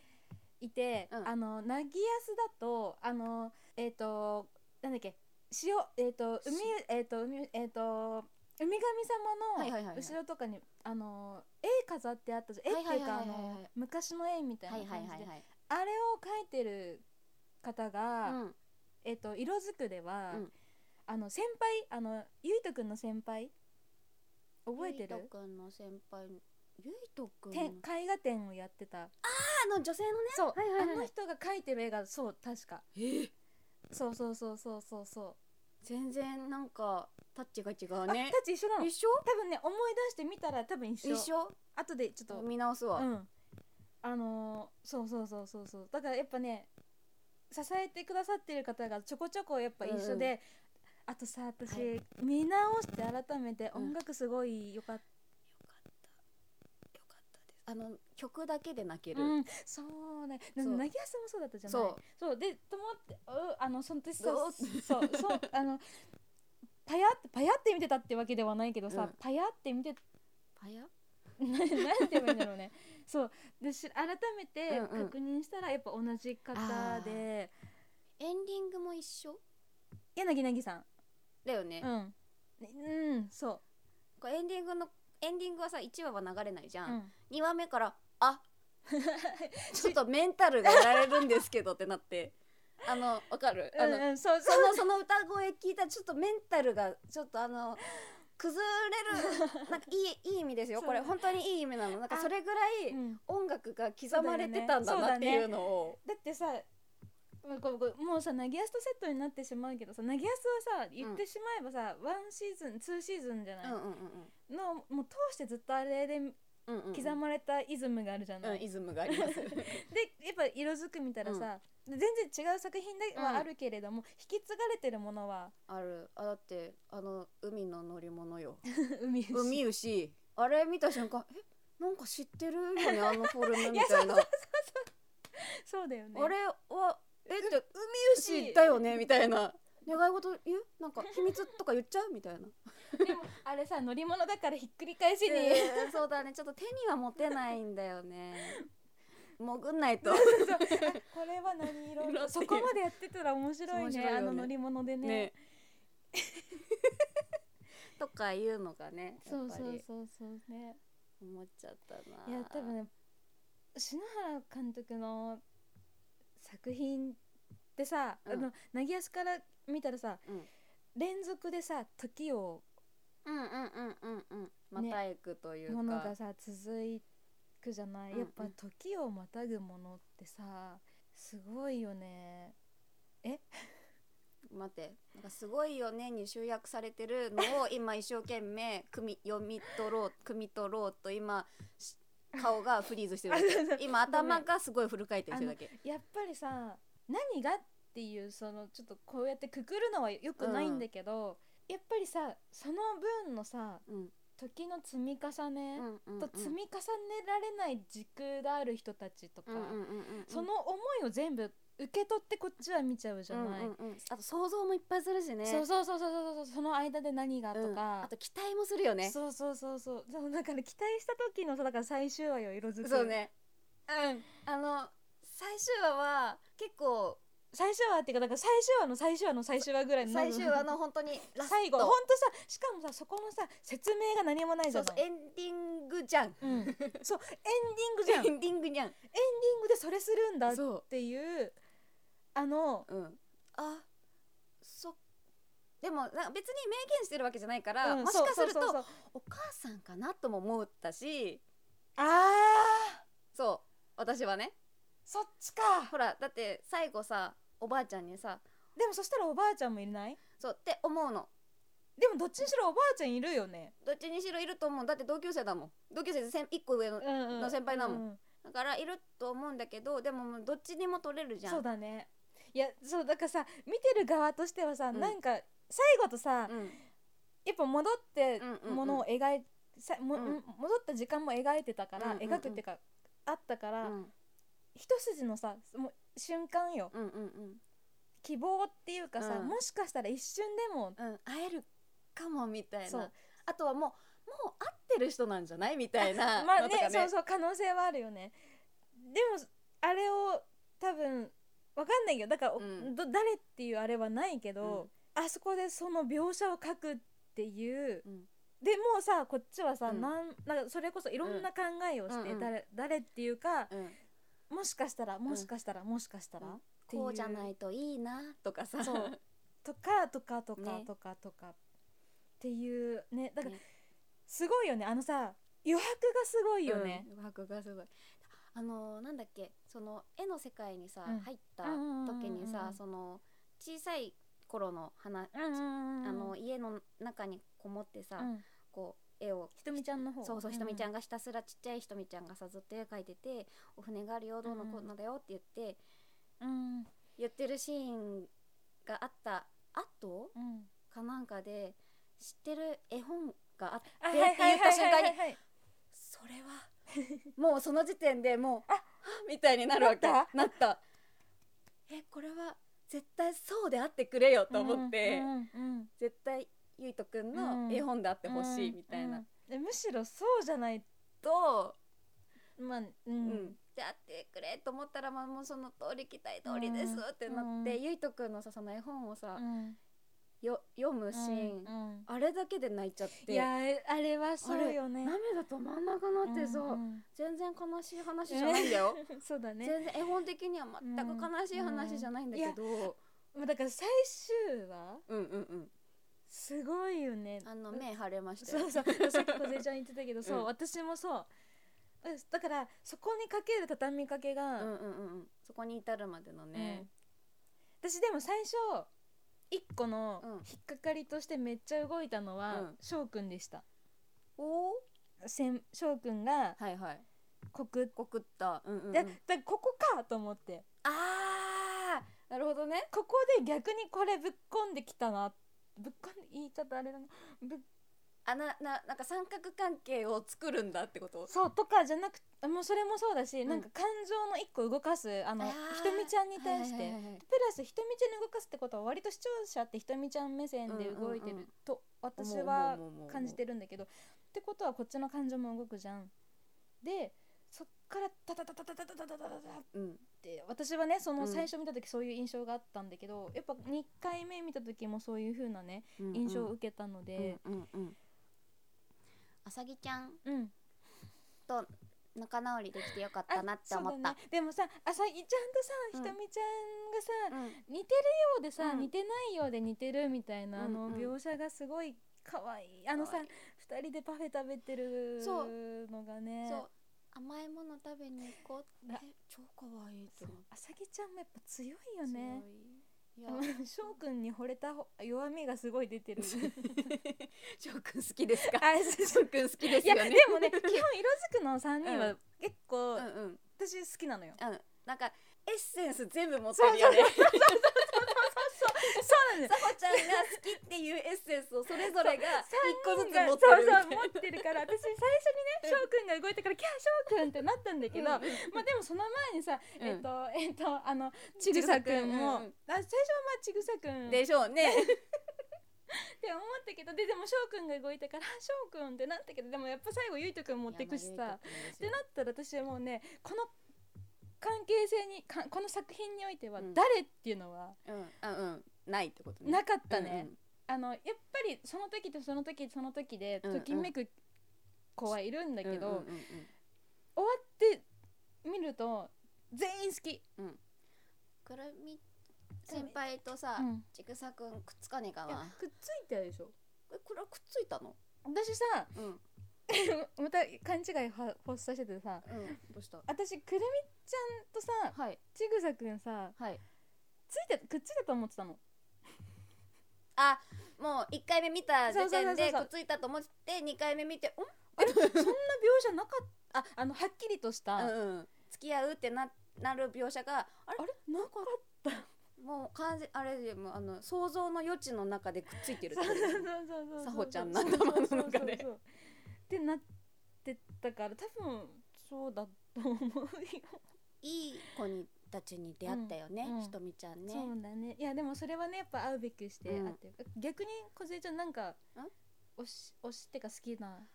Speaker 4: いて、
Speaker 3: うん
Speaker 4: あのなぎやすだとあのえっ、となんだっけ塩えっ、と海えっ、と海えっ、と海神
Speaker 3: はいは
Speaker 4: 様
Speaker 3: いは
Speaker 4: の
Speaker 3: いはい
Speaker 4: 後ろとかに、あの絵飾ってあったじゃん絵っていうか
Speaker 3: は
Speaker 4: あ
Speaker 3: いはいはいはいはい
Speaker 4: の昔の絵みたいな
Speaker 3: はい
Speaker 4: 感じで、
Speaker 3: はいはいはい
Speaker 4: あれを描いてる方が、
Speaker 3: うん
Speaker 4: えっ、と色づくでは、
Speaker 3: うん
Speaker 4: あの先輩あのゆいとくんの先輩覚えて
Speaker 3: ゆい
Speaker 4: る
Speaker 3: とくんの先輩ゆいとくんの
Speaker 4: てん絵画展をやってた
Speaker 3: あの女性のね
Speaker 4: そう、
Speaker 3: はいはいはい
Speaker 4: あの人が描いてる絵がそう確か
Speaker 3: え
Speaker 4: そうそうそうそうそうそ
Speaker 3: 全然なんかタッチが違う
Speaker 4: う、
Speaker 3: ね
Speaker 4: あタッチ一緒なの
Speaker 3: 一緒
Speaker 4: 多分ね思い出してみたら多分一緒
Speaker 3: 一緒
Speaker 4: 後でちょっと
Speaker 3: 見直すわ、
Speaker 4: うんあのーそうそうそうそうそうだからやっぱね支えてくださってる方がちょこちょこやっぱ一緒で、
Speaker 3: う
Speaker 4: あとさ私、
Speaker 3: は
Speaker 4: 見直して改めて
Speaker 3: うん
Speaker 4: 音楽すごい良かっ
Speaker 3: よかったよかったですあの曲だけで泣け
Speaker 4: た、
Speaker 3: る、
Speaker 4: うんそうねな
Speaker 3: そう
Speaker 4: なぎやすもそうだったじゃない
Speaker 3: そう
Speaker 4: そうでと思ってうあのその時さ
Speaker 3: どう
Speaker 4: そうそう あのパヤってパヤって見てたってわけではないけど
Speaker 3: う
Speaker 4: さ、
Speaker 3: ん
Speaker 4: パヤって見て
Speaker 3: パヤ
Speaker 4: ななんて言えばいいんだろうねそうでし改めて
Speaker 3: うんうん
Speaker 4: 確認したらやっぱ同じ方で、
Speaker 3: エンディングも一緒
Speaker 4: 柳凪さん
Speaker 3: だよね、
Speaker 4: うん、ねうん、そ
Speaker 3: これエンディングのエンディングはさ1話は流れないじ
Speaker 4: う、
Speaker 3: ゃ、
Speaker 4: うんん、
Speaker 3: 二2話目から「 あちょっとメンタルがやられるんですけど」ってなって あのわかるあ
Speaker 4: う
Speaker 3: の、
Speaker 4: んうん、そうそ
Speaker 3: そのその歌声聞いたらちょっとメンタルがちょっとあの崩れるなん かいいいい意味ですよ
Speaker 4: そう
Speaker 3: これ本当にいい意味なのなんか
Speaker 4: あ
Speaker 3: それぐら
Speaker 4: う、
Speaker 3: い
Speaker 4: ん、
Speaker 3: 音楽が刻まれてたんだなっていうのを
Speaker 4: だってさ。もうこうこうもうさナギアスとセットになってしまうけどさナギアスはさ言ってしまえばさ、ワンシーズンツーシーズンじゃない、
Speaker 3: うんうんうん
Speaker 4: のもう通してずっとあれで
Speaker 3: うんうんうん
Speaker 4: 刻まれたイズムがあるじゃない、
Speaker 3: うん、イズムがあり ます。
Speaker 4: でやっぱ色づく見たらさ、全然違う作品ではあるけれども、引き継がれてるものは
Speaker 3: ある、あ、だって、あの海の乗り物 よ。
Speaker 4: 海牛
Speaker 3: 海牛、あれ見た瞬間、え、なんか知ってるよね、あのフォルムみたいな。
Speaker 4: そうだよね
Speaker 3: あれは、えって、
Speaker 4: 牛
Speaker 3: 海牛だよねみたいな。願い事言う、なんか秘密とか言っちゃうみたいな。
Speaker 4: でもあれさ乗り物だからひっくり返しに、
Speaker 3: えー そうだね、ちょっと手には持てないんだよ ね。潜んないと。
Speaker 4: これは何 色
Speaker 3: 色っていう
Speaker 4: そこまでやってたら面白いね
Speaker 3: 面白いよね
Speaker 4: あの乗り物でね
Speaker 3: ね。 とかいうのがね、や
Speaker 4: そ
Speaker 3: っ
Speaker 4: う
Speaker 3: ぱ
Speaker 4: そう
Speaker 3: り
Speaker 4: そうそうね
Speaker 3: 思っちゃったな。
Speaker 4: いや多分ね篠原監督の作品ってさ、
Speaker 3: うん
Speaker 4: あの凪安から見たらさ、
Speaker 3: うん
Speaker 4: 連続でさ時を
Speaker 3: うんうんうんうんうん。また行くというか。
Speaker 4: ものがさ続くじゃない、
Speaker 3: うんうん
Speaker 4: やっぱ時をまたぐものってさすごいよね
Speaker 3: 待ってなんかすごいよねに集約されてるのを今一生懸命組み読み取ろう組み取ろうと今し顔がフリーズしてるだ け今頭がすごいフル回転してるだけ
Speaker 4: やっぱりさ何がっていうそのちょっとこうやってくくるのはよくないんだけど、やっぱりさその分のさ
Speaker 3: うん
Speaker 4: 時の積み重ね
Speaker 3: うんうんうん
Speaker 4: と積み重ねられない時空がある人たちとか、
Speaker 3: うんうんうんうん
Speaker 4: その思いを全部受け取ってこっちは見ちゃうじゃない、
Speaker 3: うんうんうんあと想像もいっぱいするしね
Speaker 4: そうそうそうそうそうそうその間で何がと
Speaker 3: うん
Speaker 4: か、
Speaker 3: あと期待もするよね
Speaker 4: そうそうそうそうそうだから期待した時のさだから最終話よ色づく
Speaker 3: そうねうんあの最終話は結構
Speaker 4: 最終話っていうかだから最終話の最終話の最終話ぐらいの
Speaker 3: 最終話の本当にラスト
Speaker 4: 最後ほんとさしかもさそこのさ説明が何もないじ
Speaker 3: そ
Speaker 4: ゃ
Speaker 3: う
Speaker 4: な
Speaker 3: そう
Speaker 4: い
Speaker 3: エンディングじゃん
Speaker 4: うん、そうエンディングじゃんエ ン
Speaker 3: エ
Speaker 4: ディン
Speaker 3: ンディングじゃん
Speaker 4: グでそれするんだっ
Speaker 3: そう
Speaker 4: ていうあの
Speaker 3: うん、あそでもな別に明言してるわけじゃないから、
Speaker 4: うん
Speaker 3: もしかする
Speaker 4: そうそうそ
Speaker 3: と
Speaker 4: うそう
Speaker 3: お母さんかなとも思ったし
Speaker 4: あー
Speaker 3: そう私はね
Speaker 4: そっちか
Speaker 3: ほらだって最後さおばあちゃんにさ
Speaker 4: でもそしたらおばあちゃんもいない
Speaker 3: そうって思うの
Speaker 4: でもどっちにしろおばあちゃんいるよね
Speaker 3: どっちにしろいると思うだって同級生だもん同級生で1個上の
Speaker 4: うんうん
Speaker 3: の先輩だもん
Speaker 4: う
Speaker 3: だからいると思うんだけどでももうどっちにも取れるじゃん
Speaker 4: そうだねいやそうだからさ見てる側としてはさ、
Speaker 3: ん
Speaker 4: なんか最後とさ、
Speaker 3: うん
Speaker 4: やっぱ戻って
Speaker 3: うんうんうん
Speaker 4: ものを描いさも、
Speaker 3: うん
Speaker 4: ん戻った時間も描いてたから、
Speaker 3: うんうんうん
Speaker 4: 描くっていうかあったか
Speaker 3: う
Speaker 4: ら、
Speaker 3: ん
Speaker 4: 一筋のさもう瞬間よ
Speaker 3: うんうんうん
Speaker 4: 希望っていうかさ、
Speaker 3: うん
Speaker 4: もしかしたら一瞬で
Speaker 3: う
Speaker 4: も
Speaker 3: ん会えるかもみたい
Speaker 4: そ
Speaker 3: な
Speaker 4: う
Speaker 3: あとはもうもう会ってる人なんじゃないみたいな
Speaker 4: まあ
Speaker 3: の
Speaker 4: ね
Speaker 3: とか
Speaker 4: そうそう可能性はあるよねでもあれを多分わかんないよだから、お
Speaker 3: うん
Speaker 4: ど誰っていうあれはないけど、あそこでその描写を書くっていう、
Speaker 3: うん
Speaker 4: でもうさこっちはさ、
Speaker 3: うん
Speaker 4: なんなんかそれこそいろんな考えをして、
Speaker 3: うんうん
Speaker 4: 誰誰っていうか
Speaker 3: うん
Speaker 4: もしかしたらもしかしたら、もしかしたら、
Speaker 3: うん
Speaker 4: っていう
Speaker 3: こうじゃないといいなとかさ
Speaker 4: そう とかとかとか
Speaker 3: ね
Speaker 4: とかとかっていうねだから
Speaker 3: ね
Speaker 4: すごいよねあのさ余白がすごいよね、
Speaker 3: うん余白がすごいあのなんだっけその絵の世界にさ、
Speaker 4: うん
Speaker 3: 入った
Speaker 4: うんうんうんうん
Speaker 3: 時にさ、その小さい頃の話、あ
Speaker 4: あ
Speaker 3: の家の中にこもってさ、
Speaker 4: うん
Speaker 3: こう絵を
Speaker 4: ひとみちゃんの方
Speaker 3: そうそうひとみちゃ
Speaker 4: ん
Speaker 3: んがひたすらちっちゃいひとみちゃんがさずっと絵描いてて「お船があるよどうのこうのだよ」って言って、
Speaker 4: うん
Speaker 3: 言ってるシーンがあった後
Speaker 4: うん
Speaker 3: かなんかで知ってる絵本があって
Speaker 4: あはい
Speaker 3: 言
Speaker 4: は
Speaker 3: っ
Speaker 4: い
Speaker 3: て
Speaker 4: は
Speaker 3: 言
Speaker 4: い
Speaker 3: った瞬
Speaker 4: は
Speaker 3: 間
Speaker 4: い
Speaker 3: に
Speaker 4: はいはい
Speaker 3: それはもうその時点でもうあみたいになるわけ
Speaker 4: な
Speaker 3: な
Speaker 4: っ
Speaker 3: ったえこれは絶対そうであってくれよと思って、
Speaker 4: うんうんうん
Speaker 3: 絶対ゆいとくん
Speaker 4: う
Speaker 3: の
Speaker 4: ん
Speaker 3: 絵本であってほしい
Speaker 4: うん
Speaker 3: みたいな、
Speaker 4: うんむしろそうじゃないとまあう
Speaker 3: うん
Speaker 4: ん、
Speaker 3: であってくれと思ったらまあもうその通り期待通りですってなって、
Speaker 4: うん
Speaker 3: ゆいとくんのさその絵本をさ、
Speaker 4: うん
Speaker 3: よ読むシーン、
Speaker 4: うんうん
Speaker 3: あれだけで泣いちゃって
Speaker 4: いやあれはそうよね
Speaker 3: 涙止まんなくなってさ、
Speaker 4: うん
Speaker 3: 全然悲しい話じゃないんだよ、
Speaker 4: うんそうだね
Speaker 3: 全然絵本的には全く悲しい話じゃないんだけど、
Speaker 4: もうだから最終話
Speaker 3: うん、うんうんうん
Speaker 4: すごいよね
Speaker 3: あの目腫れました
Speaker 4: そ
Speaker 3: よ
Speaker 4: うそうさっき小ちゃん言ってたけ ど、そううん私もそううんだからそこにかける畳みかけが、
Speaker 3: うんうんうんうんそこに至るまでのね、
Speaker 4: うん私でも最初一個の
Speaker 3: うん
Speaker 4: 引っかかりとしてめっちゃ動いたの
Speaker 3: う
Speaker 4: は
Speaker 3: ん
Speaker 4: 翔くんでした
Speaker 3: おお
Speaker 4: せん翔くんが
Speaker 3: はいはい
Speaker 4: 告っ
Speaker 3: 告ったうんうん、うん、
Speaker 4: て、
Speaker 3: あ
Speaker 4: だここかと思って
Speaker 3: あーなるほどね
Speaker 4: ここで逆にこれぶっこんできたなぶっこんで言い方あれだなぶっ
Speaker 3: あなななんか三角関係を作るんだってこと
Speaker 4: そうとかじゃなくもうそれもそうだし、
Speaker 3: ん
Speaker 4: なんか感情の一個動かすあの
Speaker 3: あー
Speaker 4: ひとみちゃんに対して、
Speaker 3: はいはいはいはい
Speaker 4: プラスひとみちゃんに動かすってことは割と視聴者ってひとみちゃん目線で動いて
Speaker 3: うんうんうん
Speaker 4: ると私は
Speaker 3: 思う思う思う思う
Speaker 4: 感じてるんだけどってことはこっちの感情も動くじゃん。でそっからタタタタタタタタタタタっ
Speaker 3: うん
Speaker 4: て私はねその
Speaker 3: うん
Speaker 4: 最初見た時そういう印象があったんだけど、やっぱ2回目見た時もそういう風なね印象を受けたので、
Speaker 3: うんうんうんあさぎちゃん
Speaker 4: うん
Speaker 3: と仲直りできてよかっ
Speaker 4: あ
Speaker 3: たなって思
Speaker 4: そう
Speaker 3: っ
Speaker 4: だ
Speaker 3: た
Speaker 4: ね、でもさあさぎちゃ
Speaker 3: うん
Speaker 4: んとさひとみちゃんがさ、
Speaker 3: うん
Speaker 4: 似てるようでさ、
Speaker 3: うん
Speaker 4: 似てないようで似てるみたいな、
Speaker 3: うん
Speaker 4: あ
Speaker 3: う
Speaker 4: の
Speaker 3: ん
Speaker 4: 描写がすごい可愛いあのさ
Speaker 3: 可愛い
Speaker 4: 二人でパフェ食べてる
Speaker 3: そう
Speaker 4: のがね
Speaker 3: そう甘いもの食べに行こうっ
Speaker 4: な
Speaker 3: て超可愛いと
Speaker 4: そう
Speaker 3: 思っ
Speaker 4: あさぎちゃんもやっぱ強いよ
Speaker 3: た
Speaker 4: ね
Speaker 3: いや
Speaker 4: あの 翔くんに惚れたほ弱みがすごい出 てる
Speaker 3: 翔くん好きですか
Speaker 4: あそう
Speaker 3: 翔くん好きです
Speaker 4: いや
Speaker 3: よ
Speaker 4: で
Speaker 3: ね
Speaker 4: もね基本色づくの3人
Speaker 3: う
Speaker 4: は結構、
Speaker 3: うんうんうん
Speaker 4: 私好き なのよ
Speaker 3: なんかエッセンス全部持ってるよね
Speaker 4: そうなんです
Speaker 3: さほちゃんが好きっていうエッセンスをそれぞれが一個ずつ
Speaker 4: が
Speaker 3: 持
Speaker 4: そ
Speaker 3: ってる
Speaker 4: うそ
Speaker 3: みたいう
Speaker 4: 持ってるから私最初にね翔くんが動いたから「キャー翔くん!」ってなったんだけど、
Speaker 3: なうん
Speaker 4: まあでもその前にさ、
Speaker 3: うん
Speaker 4: えっとえっとあのちぐさくんも、
Speaker 3: うんうん
Speaker 4: あ最初はまあちぐさくん
Speaker 3: で
Speaker 4: っ
Speaker 3: しょうね
Speaker 4: て思ったけどででも翔くんが動いたからあ翔くんってなったけどでもやっぱ最後ゆいとくん持ってくしさっ
Speaker 3: い
Speaker 4: て
Speaker 3: や
Speaker 4: なったら私はもうねこの関係性にかこの作品においては
Speaker 3: うん
Speaker 4: 誰っていうのは
Speaker 3: うんあうんないってことね
Speaker 4: な
Speaker 3: か
Speaker 4: かったね、あのやっぱりその時とその時その時で
Speaker 3: うんう
Speaker 4: と
Speaker 3: ん
Speaker 4: きめく子はいるんだ
Speaker 3: だ
Speaker 4: けど、終わってみると全員好き、
Speaker 3: くるみ先輩とさ、
Speaker 4: うん
Speaker 3: ちぐさくんくっつかねえか
Speaker 4: いや
Speaker 3: な
Speaker 4: くっついたでしょ
Speaker 3: えこれはくっついたの
Speaker 4: 私さ
Speaker 3: うんうん
Speaker 4: また勘違いは発作しててさ
Speaker 3: どうした
Speaker 4: 私くるみちゃんとさ
Speaker 3: はい
Speaker 4: ちぐさくんさ
Speaker 3: はい
Speaker 4: ついてくっついたと思ってたの
Speaker 3: あもう一回目見た時
Speaker 4: そうそ
Speaker 3: 点
Speaker 4: うそう
Speaker 3: でく
Speaker 4: そう
Speaker 3: っついたと思って二回目見て
Speaker 4: そんな描写なかったああのはっきりとし
Speaker 3: う
Speaker 4: た、
Speaker 3: ん
Speaker 4: あれ
Speaker 3: うんうん付き合うってななる描写があれ
Speaker 4: なかっ
Speaker 3: もう完全あれでもあの想像の余地の中でくっついてる
Speaker 4: た
Speaker 3: ってこと
Speaker 4: そうそう
Speaker 3: さほちゃんの頭の中で
Speaker 4: そうそうそうそうってなってたから多分そうだと思うよ、
Speaker 3: いい子にたちに出会ったよね、
Speaker 4: うんうん
Speaker 3: ひとみちゃんね
Speaker 4: そうだねいやでもそれはねやっぱ会うべくして
Speaker 3: うん
Speaker 4: あって、逆に小ちゃんなんか推し推しってか好きな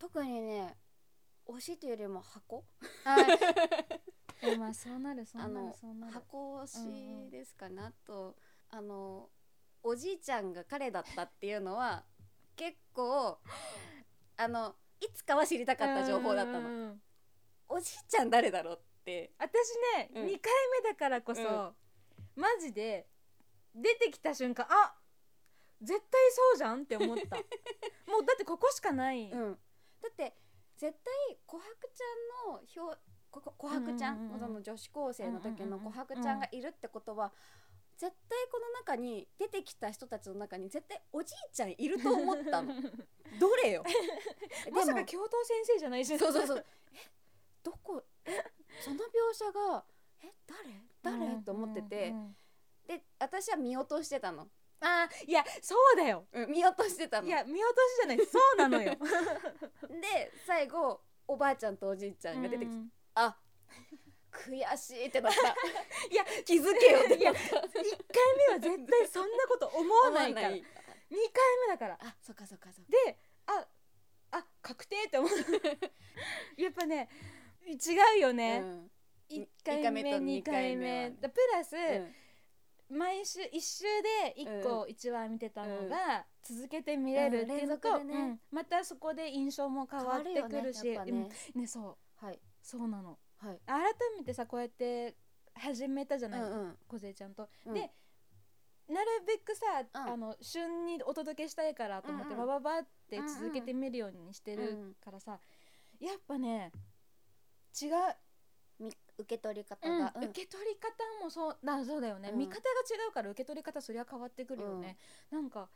Speaker 3: 特にね推しというよりも箱
Speaker 4: えまあそうなるそうな
Speaker 3: あ
Speaker 4: る
Speaker 3: の
Speaker 4: そうなる
Speaker 3: 箱推
Speaker 4: うんう
Speaker 3: し
Speaker 4: ん
Speaker 3: ですかね、あとあのおじいちゃんが彼だったっていうのは結構あのいつかは知りたかった情報だった
Speaker 4: うん
Speaker 3: の
Speaker 4: うんうん
Speaker 3: おじいちゃん誰だろうって
Speaker 4: 私ね、
Speaker 3: う
Speaker 4: 二
Speaker 3: ん
Speaker 4: 2回目だからこそ、マジで出てきた瞬間 あ絶対そうじゃんって思ったもうだってここしかない、
Speaker 3: うんだって絶対琥珀ちゃんの表ここ琥珀ちゃん、
Speaker 4: うんうんうん
Speaker 3: その女子高生の時の
Speaker 4: うんうんうんう
Speaker 3: 琥
Speaker 4: ん
Speaker 3: 珀ちゃんがいるってことは、絶対この中に出てきた人たちの中に絶対おじいちゃんいると思ったのどれよでも
Speaker 4: まさか教頭先生じゃない し
Speaker 3: そう そうそうえどこえその描写がえ誰誰、と思ってて、で私は見落としてたの、
Speaker 4: あーいやそうだよ
Speaker 3: うん、見落としてたの
Speaker 4: いや見落としじゃないそうなのよ
Speaker 3: で最後おばあちゃんとおじいちゃ んが出てきて、
Speaker 4: うん
Speaker 3: あ悔しいってなった
Speaker 4: いや
Speaker 3: 気づけよって
Speaker 4: いや
Speaker 3: な
Speaker 4: 1
Speaker 3: っ
Speaker 4: 回目は絶対そんなこと思わ
Speaker 3: た
Speaker 4: ないから2回 目だから
Speaker 3: あそっかそっかそっか
Speaker 4: でああ確定って思う やっぱね違うよね、
Speaker 3: うん
Speaker 4: 一1回目
Speaker 3: 一回目と
Speaker 4: 2
Speaker 3: 二
Speaker 4: 回
Speaker 3: 回
Speaker 4: 目
Speaker 3: 目はね
Speaker 4: だプラス、毎週1週で1個1話見てたのが続けて見れるっていうのと、
Speaker 3: うん連続でね
Speaker 4: うんまたそこで印象も変わってくるし
Speaker 3: 変わよねやっぱね
Speaker 4: うんねそう
Speaker 3: はい
Speaker 4: そうなの
Speaker 3: はい
Speaker 4: 改めてさこうやって始めたじゃない、
Speaker 3: うん
Speaker 4: 小勢ちゃんと、
Speaker 3: うん
Speaker 4: でなるべくさ、
Speaker 3: うん
Speaker 4: あの旬にお届けしたいからと思って、
Speaker 3: うんうん
Speaker 4: バババって続けて見るようにしてるからさ、やっぱね違う、
Speaker 3: み受け取り方
Speaker 4: うん
Speaker 3: が、うん
Speaker 4: 受け取り方もそうだそうだよね、
Speaker 3: うん
Speaker 4: 見方が違うから受け取り方そりゃ変わってくるよね、なんか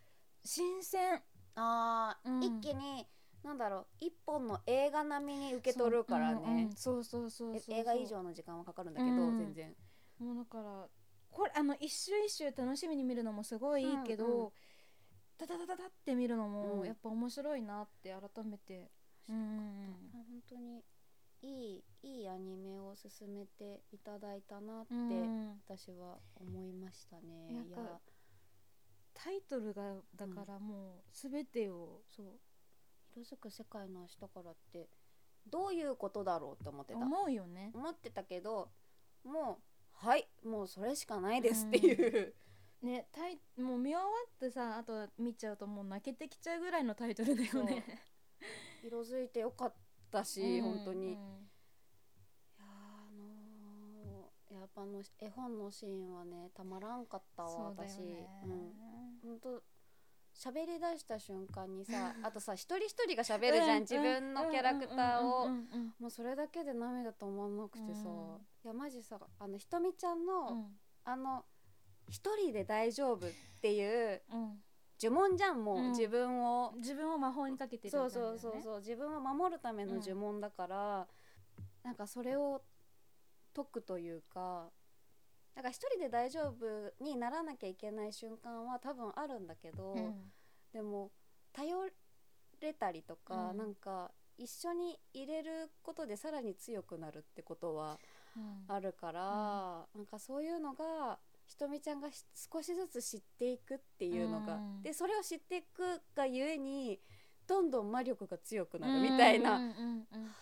Speaker 4: 新鮮
Speaker 3: あー、
Speaker 4: うん
Speaker 3: 一気になんだろう一本の映画並みに受け取るからね、
Speaker 4: うんうんそうそうそうそう
Speaker 3: え
Speaker 4: そう
Speaker 3: 映画以上の時間はかかるんだけど、
Speaker 4: うん
Speaker 3: 全然
Speaker 4: もうだからこれあの一周一周楽しみに見るのもすごいいいけど、
Speaker 3: うんう
Speaker 4: タタタタタって見るの
Speaker 3: う
Speaker 4: も
Speaker 3: ん
Speaker 4: やっぱ面白いなって改めて、うんうん
Speaker 3: 本当にいいいいアニメを進めていただいたなって、
Speaker 4: うんうん
Speaker 3: 私は思いましたね
Speaker 4: な
Speaker 3: い
Speaker 4: んか
Speaker 3: や
Speaker 4: タイトルがだからもう全てを、
Speaker 3: そう「色づく世界の明日から」ってどういうことだろうって思ってた
Speaker 4: 思うよね
Speaker 3: 思ってたけどもうはいもうそれしかないですっていう、
Speaker 4: ねタイもう見終わってさあと見ちゃうともう泣けてきちゃうぐらいのタイトルだよね。
Speaker 3: 色づいてよかったし、
Speaker 4: うん
Speaker 3: 本当に、
Speaker 4: う
Speaker 3: い
Speaker 4: ん
Speaker 3: やーあのーやっぱあの絵本のシーンはねたまらんかったわ
Speaker 4: そうだよ
Speaker 3: 私
Speaker 4: ね
Speaker 3: うん本当喋り出した瞬間にさあとさ一人一人が喋るじゃん、
Speaker 4: うん
Speaker 3: 自分のキャラクターを、
Speaker 4: うんうんうん
Speaker 3: もうそれだけで涙止まんなくてさ、
Speaker 4: うん
Speaker 3: いやマジさあのひとみちゃんの、
Speaker 4: うん
Speaker 3: あの一人で大丈夫っていう
Speaker 4: うん
Speaker 3: 呪文じゃんもう、
Speaker 4: うん
Speaker 3: 自分を、
Speaker 4: 自分を魔法にかけてる
Speaker 3: そ
Speaker 4: 感
Speaker 3: う
Speaker 4: じだよ
Speaker 3: そ
Speaker 4: ね
Speaker 3: うそうそう自分を守るための呪文だから、なんかそれを解くというかなんか一人で大丈夫にならなきゃいけない瞬間は多分あるんだけど、
Speaker 4: うん
Speaker 3: でも頼れたりとか、
Speaker 4: うん
Speaker 3: なんか一緒に入れることでさらに強くなるってことは
Speaker 4: うん
Speaker 3: あるから、なんかそういうのがひとみちゃんがし少しずつ知っていくっていうのが、
Speaker 4: うん
Speaker 3: でそれを知っていくがゆえにどんどん魔力が強くなるみたいな、
Speaker 4: うんうんうんうん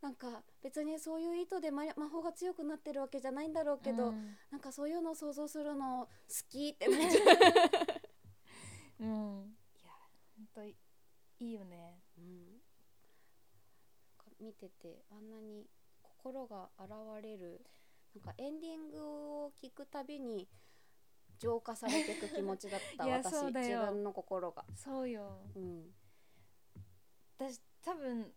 Speaker 3: なんか別にそういう意図で魔魔法が強くなってるわけじゃないんだろうけど、なんかそういうのを想像するの好きってなっちゃう。
Speaker 4: うん、うん、いや本当いいいよね
Speaker 3: うん、見ててあんなに心が洗われるなんかエンディングを聞くたびに浄化されていく気持ちだった
Speaker 4: いや
Speaker 3: 私
Speaker 4: そうだ
Speaker 3: 自
Speaker 4: よ
Speaker 3: 分の心が、
Speaker 4: そうよ
Speaker 3: うん
Speaker 4: 私多分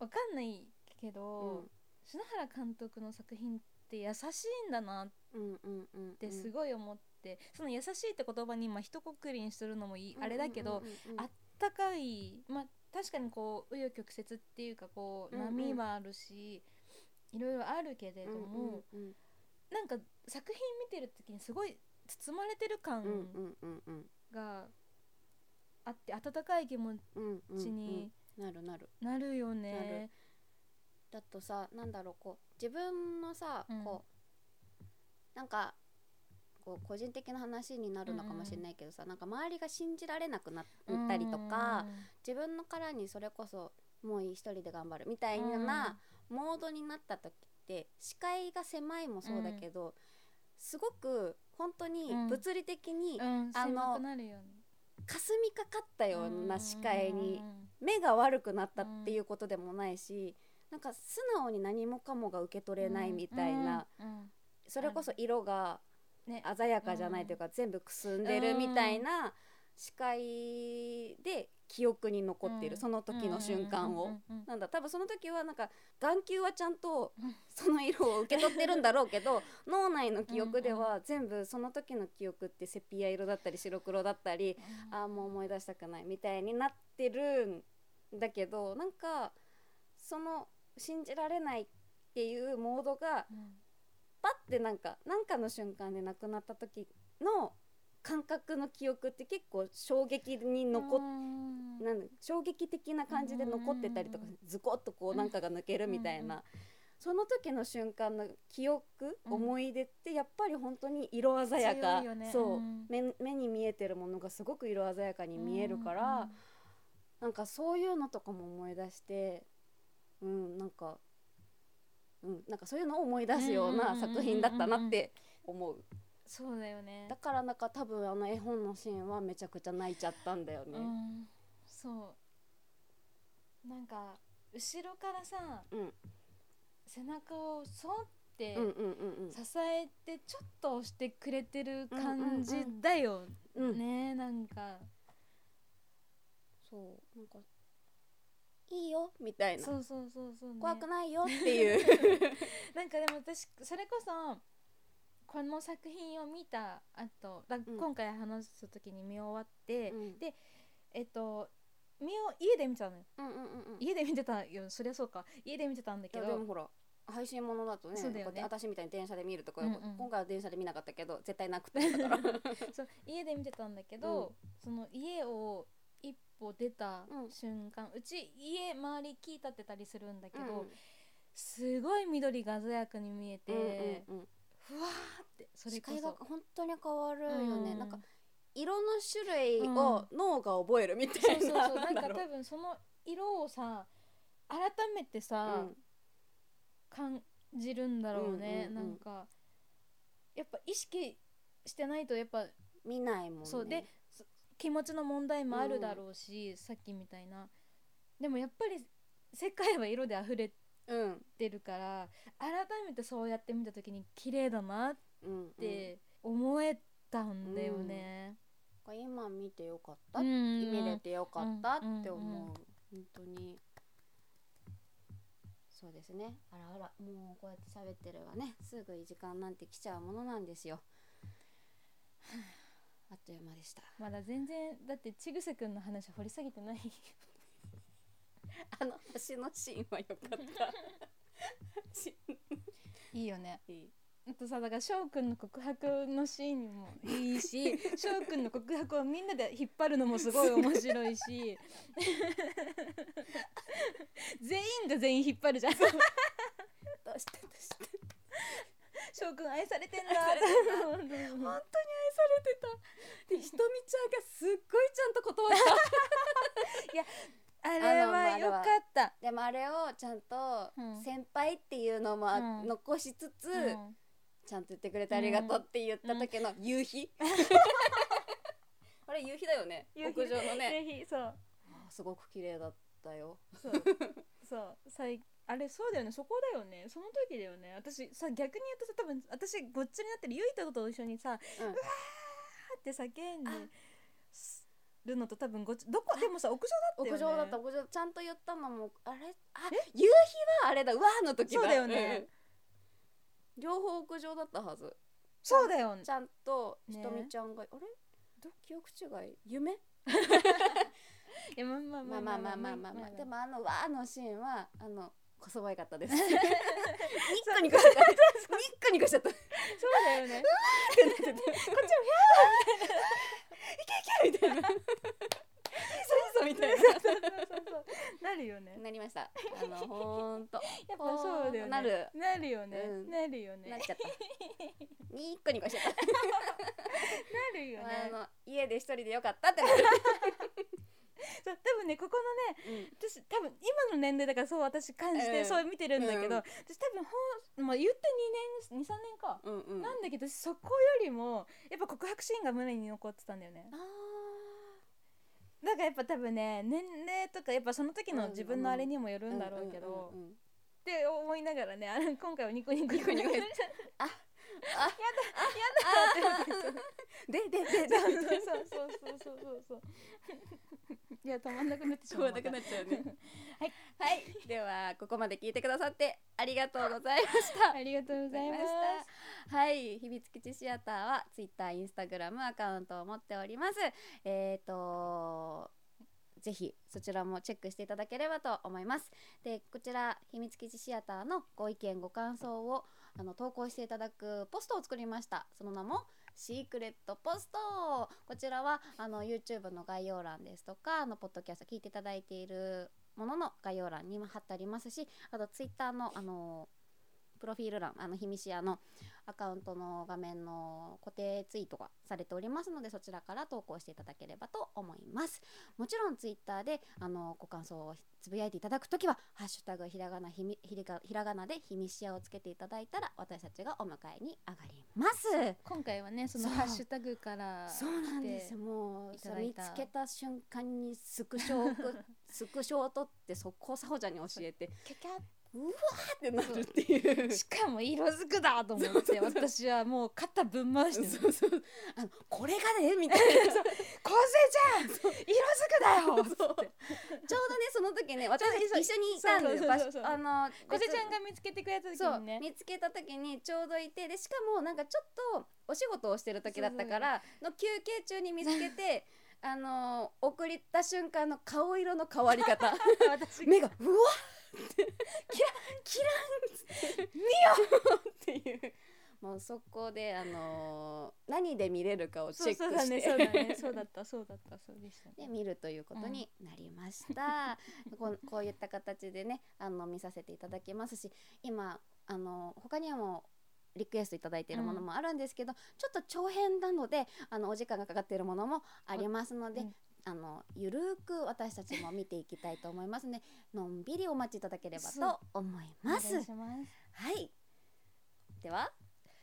Speaker 4: わかんないけど、篠原監督の作品って優しいんだなっ
Speaker 3: うんうんうんって
Speaker 4: す
Speaker 3: い
Speaker 4: ごい思って、その優しいって言葉に今一括りにするのもいい、あれだけど、あっ
Speaker 3: あ
Speaker 4: たかいまあ確かにこう紆余曲折っていうかこう
Speaker 3: うんうん
Speaker 4: 波はあるし、いろいろあるけれども、
Speaker 3: うんうん
Speaker 4: なんか作品見てる時にすごい包まれてる感
Speaker 3: うんうんうんうん
Speaker 4: があって温かい気持
Speaker 3: うんうん
Speaker 4: ちに
Speaker 3: なるなる
Speaker 4: なるよね。
Speaker 3: だとさなんだろうこう自分のさ、
Speaker 4: うん
Speaker 3: こうなんかこう個人的な話になるのかもしれないけどさ、なんか周りが信じられなくなったりとか、自分の殻にそれこそもういい一人で頑張るみたいなモードになった時って視界が狭いもそうだけど、すごく本当に
Speaker 4: うん
Speaker 3: 物理的に
Speaker 4: うん、うん、
Speaker 3: あの
Speaker 4: 狭くなるよね
Speaker 3: 霞みかかったような視界に
Speaker 4: うん
Speaker 3: 目が悪くなったっていうことでもないし、なんか素直に何もかもが受け取れないみたいな、、
Speaker 4: うんうん
Speaker 3: それこそ色が
Speaker 4: ね
Speaker 3: 鮮やかじゃないというか、全部くすんでるみたいな視界で記憶に残っている、
Speaker 4: うん
Speaker 3: その時の瞬間を、
Speaker 4: うんうんうん
Speaker 3: なんだ多分その時はなんか眼球はちゃんとその色を受け取ってるんだろうけ ど脳内の記憶では全部その時の記憶ってセピア色だったり白黒だったり、
Speaker 4: うん
Speaker 3: ああもう思い出したくないみたいになってるんだけどなんかその信じられないっていうモードが
Speaker 4: うん
Speaker 3: パッてなんかなんかの瞬間でなくなった時の感覚の記憶って結構衝撃に残っ
Speaker 4: うん
Speaker 3: なん衝撃的な感じで残ってたりとか
Speaker 4: うんうん
Speaker 3: ズコッとこうなんかが抜けるみたい
Speaker 4: うんうんう
Speaker 3: なその時の瞬間の記憶
Speaker 4: うん
Speaker 3: 思い出ってやっぱり本当に色鮮や
Speaker 4: 強
Speaker 3: か
Speaker 4: いよね
Speaker 3: そううん目目に見えてるものがすごく色鮮やかに見えるからなんかそういうのとかも思い出してうんなんかうんなんかそういうのを思い出すよう
Speaker 4: う
Speaker 3: なん
Speaker 4: うんうんうんうん
Speaker 3: 作品だったなって思う
Speaker 4: そうだよね
Speaker 3: だからなんか多分あの絵本のシーンはめちゃくちゃ泣いちゃったんだよね
Speaker 4: う。んそうなんか後ろからさ、
Speaker 3: うん
Speaker 4: 背中をそって
Speaker 3: うんうんうん
Speaker 4: 支えてちょっと押してくれてる感じだよ
Speaker 3: うんうん
Speaker 4: ねなんか
Speaker 3: そうなんかいいよみたいな
Speaker 4: そうそうそうそう、ね、
Speaker 3: 怖くないよっていう、
Speaker 4: なん かでも私それこそこの作品を見た後だ
Speaker 3: ん
Speaker 4: 今回話す時に見終わって、
Speaker 3: うん
Speaker 4: でえっと見を家で見てたのよ
Speaker 3: うんうんうんうんい
Speaker 4: 家で見てたよそりゃそうか家で見てたんだけ
Speaker 3: や
Speaker 4: ど
Speaker 3: でもほら配信ものだとね
Speaker 4: そうだよね
Speaker 3: こうやって私みたいに電車で見るとか、
Speaker 4: うんうん
Speaker 3: 今回は電車で見なかったけど絶対なくてだから
Speaker 4: そう家で見てたんだけど、その家を一歩出た
Speaker 3: うん
Speaker 4: 瞬間、うち家周り木立ってたりするんだけど、
Speaker 3: うんうん
Speaker 4: すごい緑が鮮やかに見えて、
Speaker 3: うんうんうん
Speaker 4: ふわーってそれ
Speaker 3: 視
Speaker 4: こ
Speaker 3: 界が
Speaker 4: そ
Speaker 3: 本当に変わるよね、
Speaker 4: うん
Speaker 3: なんか色の種類を脳が覚えるみた
Speaker 4: そう
Speaker 3: い
Speaker 4: そう
Speaker 3: な、
Speaker 4: そうなんか
Speaker 3: だろ
Speaker 4: 多分その色をさ改めて
Speaker 3: う
Speaker 4: さ、
Speaker 3: うん
Speaker 4: 感じるんだろうね、
Speaker 3: うんうんうん
Speaker 4: なんかやっぱ意識してないとやっぱ
Speaker 3: 見ないもんね
Speaker 4: そうでそ気持ちの問題もあるだろうし、さっきみたいなでもやっぱり世界は色で溢れ
Speaker 3: うん
Speaker 4: てるから改めてそうやって見た時に綺麗だなっ
Speaker 3: うんうん、
Speaker 4: て思えたんだよね。
Speaker 3: なんか今見てよかった
Speaker 4: う
Speaker 3: っ
Speaker 4: ん
Speaker 3: 見れてよかったって思う、
Speaker 4: うんうんうん
Speaker 3: 本当にそうですねあらあらもうこうやって喋ってればねすぐいい時間なんて来ちゃうものなんですよあっという間でした
Speaker 4: まだ全然だってちぐさくんの話掘り下げてない
Speaker 3: あの橋のシーンはよかったし
Speaker 4: いいよね
Speaker 3: いい
Speaker 4: あとさだから翔くんの告白のシーンもいい し翔くんの告白をみんなで引っ張るのもすごい面白いし 全員が全員引っ張るじゃん
Speaker 3: どうしてどうして
Speaker 4: 翔くん愛されてんだ
Speaker 3: 本当に愛されてたでひとみちゃんがすっごいちゃんと断った
Speaker 4: あれはよかった
Speaker 3: でもあれをちゃんと
Speaker 4: うん
Speaker 3: 先輩っていうのもあ
Speaker 4: うん
Speaker 3: 残しつつ、
Speaker 4: うん
Speaker 3: ちゃんと言ってくれてありがとうって言った時の夕日、 あれ夕日だよね
Speaker 4: 夕日
Speaker 3: 屋上のね
Speaker 4: ぜひそう
Speaker 3: あすごく綺麗だったよ
Speaker 4: そう そう最あれそうだよねそこだよねその時だよね私さ逆に私多分私ごっちゃになってるゆいとと一緒にさ、
Speaker 3: うん
Speaker 4: わーって叫んでるのと多分ごっちどこでもさ屋上だ
Speaker 3: 屋
Speaker 4: ったよ
Speaker 3: 上
Speaker 4: ね
Speaker 3: だった屋上ちゃんと言ったのもあれあ夕日はあれだうわーの時だ
Speaker 4: そうだよね
Speaker 3: うん両方屋上だったはず
Speaker 4: そうだよね
Speaker 3: ちゃんとひ
Speaker 4: ね
Speaker 3: とみちゃんが、あれど記憶違い夢
Speaker 4: いやまあまあ
Speaker 3: まあまあまあまあまあまあでもあのわーのシーンはあのこそばいかった ですニッコニコしちゃったニッコニコしちゃった
Speaker 4: そうだよ ね
Speaker 3: みたいな。そうそうみたい
Speaker 4: そうそうそうそうなるよね
Speaker 3: な。なりました。あの本当
Speaker 4: やっぱそうだよね
Speaker 3: なる
Speaker 4: なるよね、
Speaker 3: うん
Speaker 4: なるよね
Speaker 3: な
Speaker 4: な
Speaker 3: っちゃった。ニッコニコしちゃった。
Speaker 4: るよね
Speaker 3: あの家で一人でよかったってなる。
Speaker 4: そう多分ねここのね私多分今の年齢だからそう私感じ
Speaker 3: う
Speaker 4: て
Speaker 3: ん
Speaker 4: そう見てるんだ
Speaker 3: う
Speaker 4: けど、
Speaker 3: ん
Speaker 4: 私多分ほん、まあ、言って2年23年か、
Speaker 3: うんうんうん。
Speaker 4: なんだけど私そこよりもやっぱ告白シーンが胸に残ってたんだよね
Speaker 3: あ
Speaker 4: だからやっぱ多分ね年齢とかやっぱその時
Speaker 3: う
Speaker 4: の
Speaker 3: ん
Speaker 4: 自分のあれにもよ
Speaker 3: ー
Speaker 4: るんだろうけど、
Speaker 3: うんうんうんうん
Speaker 4: って思いながらねあの今回はニコニコニコニコ
Speaker 3: あでででで
Speaker 4: そうそうそうそうそうそうそう。いや止まんなくなってしまう。
Speaker 3: なくなっちゃうね
Speaker 4: はい
Speaker 3: はいではここまで聞いてくださってありがとうございました
Speaker 4: ありがとうございまし
Speaker 3: はい、秘密基地シアターはツイッター、インスタグラムアカウントを持っております。えっ、とぜひそちらもチェックしていただければと思います。で、こちら秘密基地シアターのご意見ご感想をあの投稿していただくポストを作りました。その名もシークレットポストこちらはあの YouTube の概要欄ですとかあのポッドキャスト聞いていただいているものの概要欄にも貼ってありますしあと Twitter のあのプロフィール欄あのひみしやのアカウントの画面の固定ツイートがされておりますのでそちらから投稿していただければと思いますもちろんツイッターであのご感想をつぶやいていただくときは「ハッシュタグひらがなひみひりがひらがな」で「ひみしや」をつけていただいたら私たちがお迎えに上がります
Speaker 4: 今回はねその
Speaker 3: そう
Speaker 4: ハッシュタグから
Speaker 3: そうなんです
Speaker 4: 来て
Speaker 3: もう
Speaker 4: い
Speaker 3: それ
Speaker 4: ただ
Speaker 3: 見
Speaker 4: い
Speaker 3: つ
Speaker 4: た
Speaker 3: けた瞬間にスクショを送っ スクショを取って速攻さほちゃんに教えて
Speaker 4: キャキャッ
Speaker 3: うわーってなるって いう
Speaker 4: しかも色づくだと思って私はもう肩ぶん回してる
Speaker 3: そうそうあのこれがねみたい なそう
Speaker 4: 構成ちゃん色づくだよっつって
Speaker 3: ちょうどねその時ね私
Speaker 4: そう
Speaker 3: 一緒にいたんですよ
Speaker 4: そうそうそうそう
Speaker 3: 場所あの
Speaker 4: 小瀬ちゃん
Speaker 3: が
Speaker 4: が見つけてくれた時
Speaker 3: そう、
Speaker 4: にね
Speaker 3: 見つけた時にちょうどいてでしかもなんかちょっとお仕事をしてる時だったからの休憩中に見つけてあの送りた瞬間の顔色の変わり方
Speaker 4: 私
Speaker 3: 目がうわってキランキランっつって見よっていうもうそこであの何で見れるかをチ
Speaker 4: そ
Speaker 3: ェ
Speaker 4: う
Speaker 3: ック
Speaker 4: そうだ
Speaker 3: し
Speaker 4: ね
Speaker 3: て
Speaker 4: そうだねそうだったそうだったそうでした
Speaker 3: で
Speaker 4: ね
Speaker 3: 見るということになりました、 こうこういった形でねあの見させていただきますし今あの他にもリクエストいただいているものもあるんですけど、ちょっと長編なのであのお時間がかかっているものもありますので、
Speaker 4: うん
Speaker 3: あのゆるーく私たちも見ていきたいと思いますねのんびりお待ちいただければと思いま
Speaker 4: お願い
Speaker 3: す
Speaker 4: します
Speaker 3: はいでは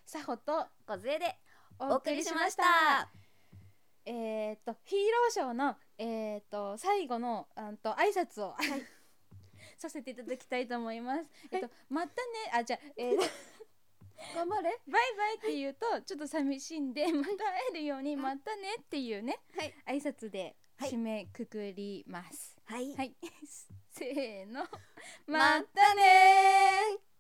Speaker 4: さほと
Speaker 3: 小杖でお
Speaker 4: お
Speaker 3: 送りしました
Speaker 4: えーっとヒーローショーのえーっと最後のあんと挨拶を、 させていただきたいと思います。えっとまたねあじゃあえー
Speaker 3: 頑張れ
Speaker 4: バイバイって言うとちょっと寂しいんでまた会えるようにまたねっていうね、挨拶で
Speaker 3: はい
Speaker 4: 締めくくります。
Speaker 3: はい
Speaker 4: はい、せーの
Speaker 3: またねー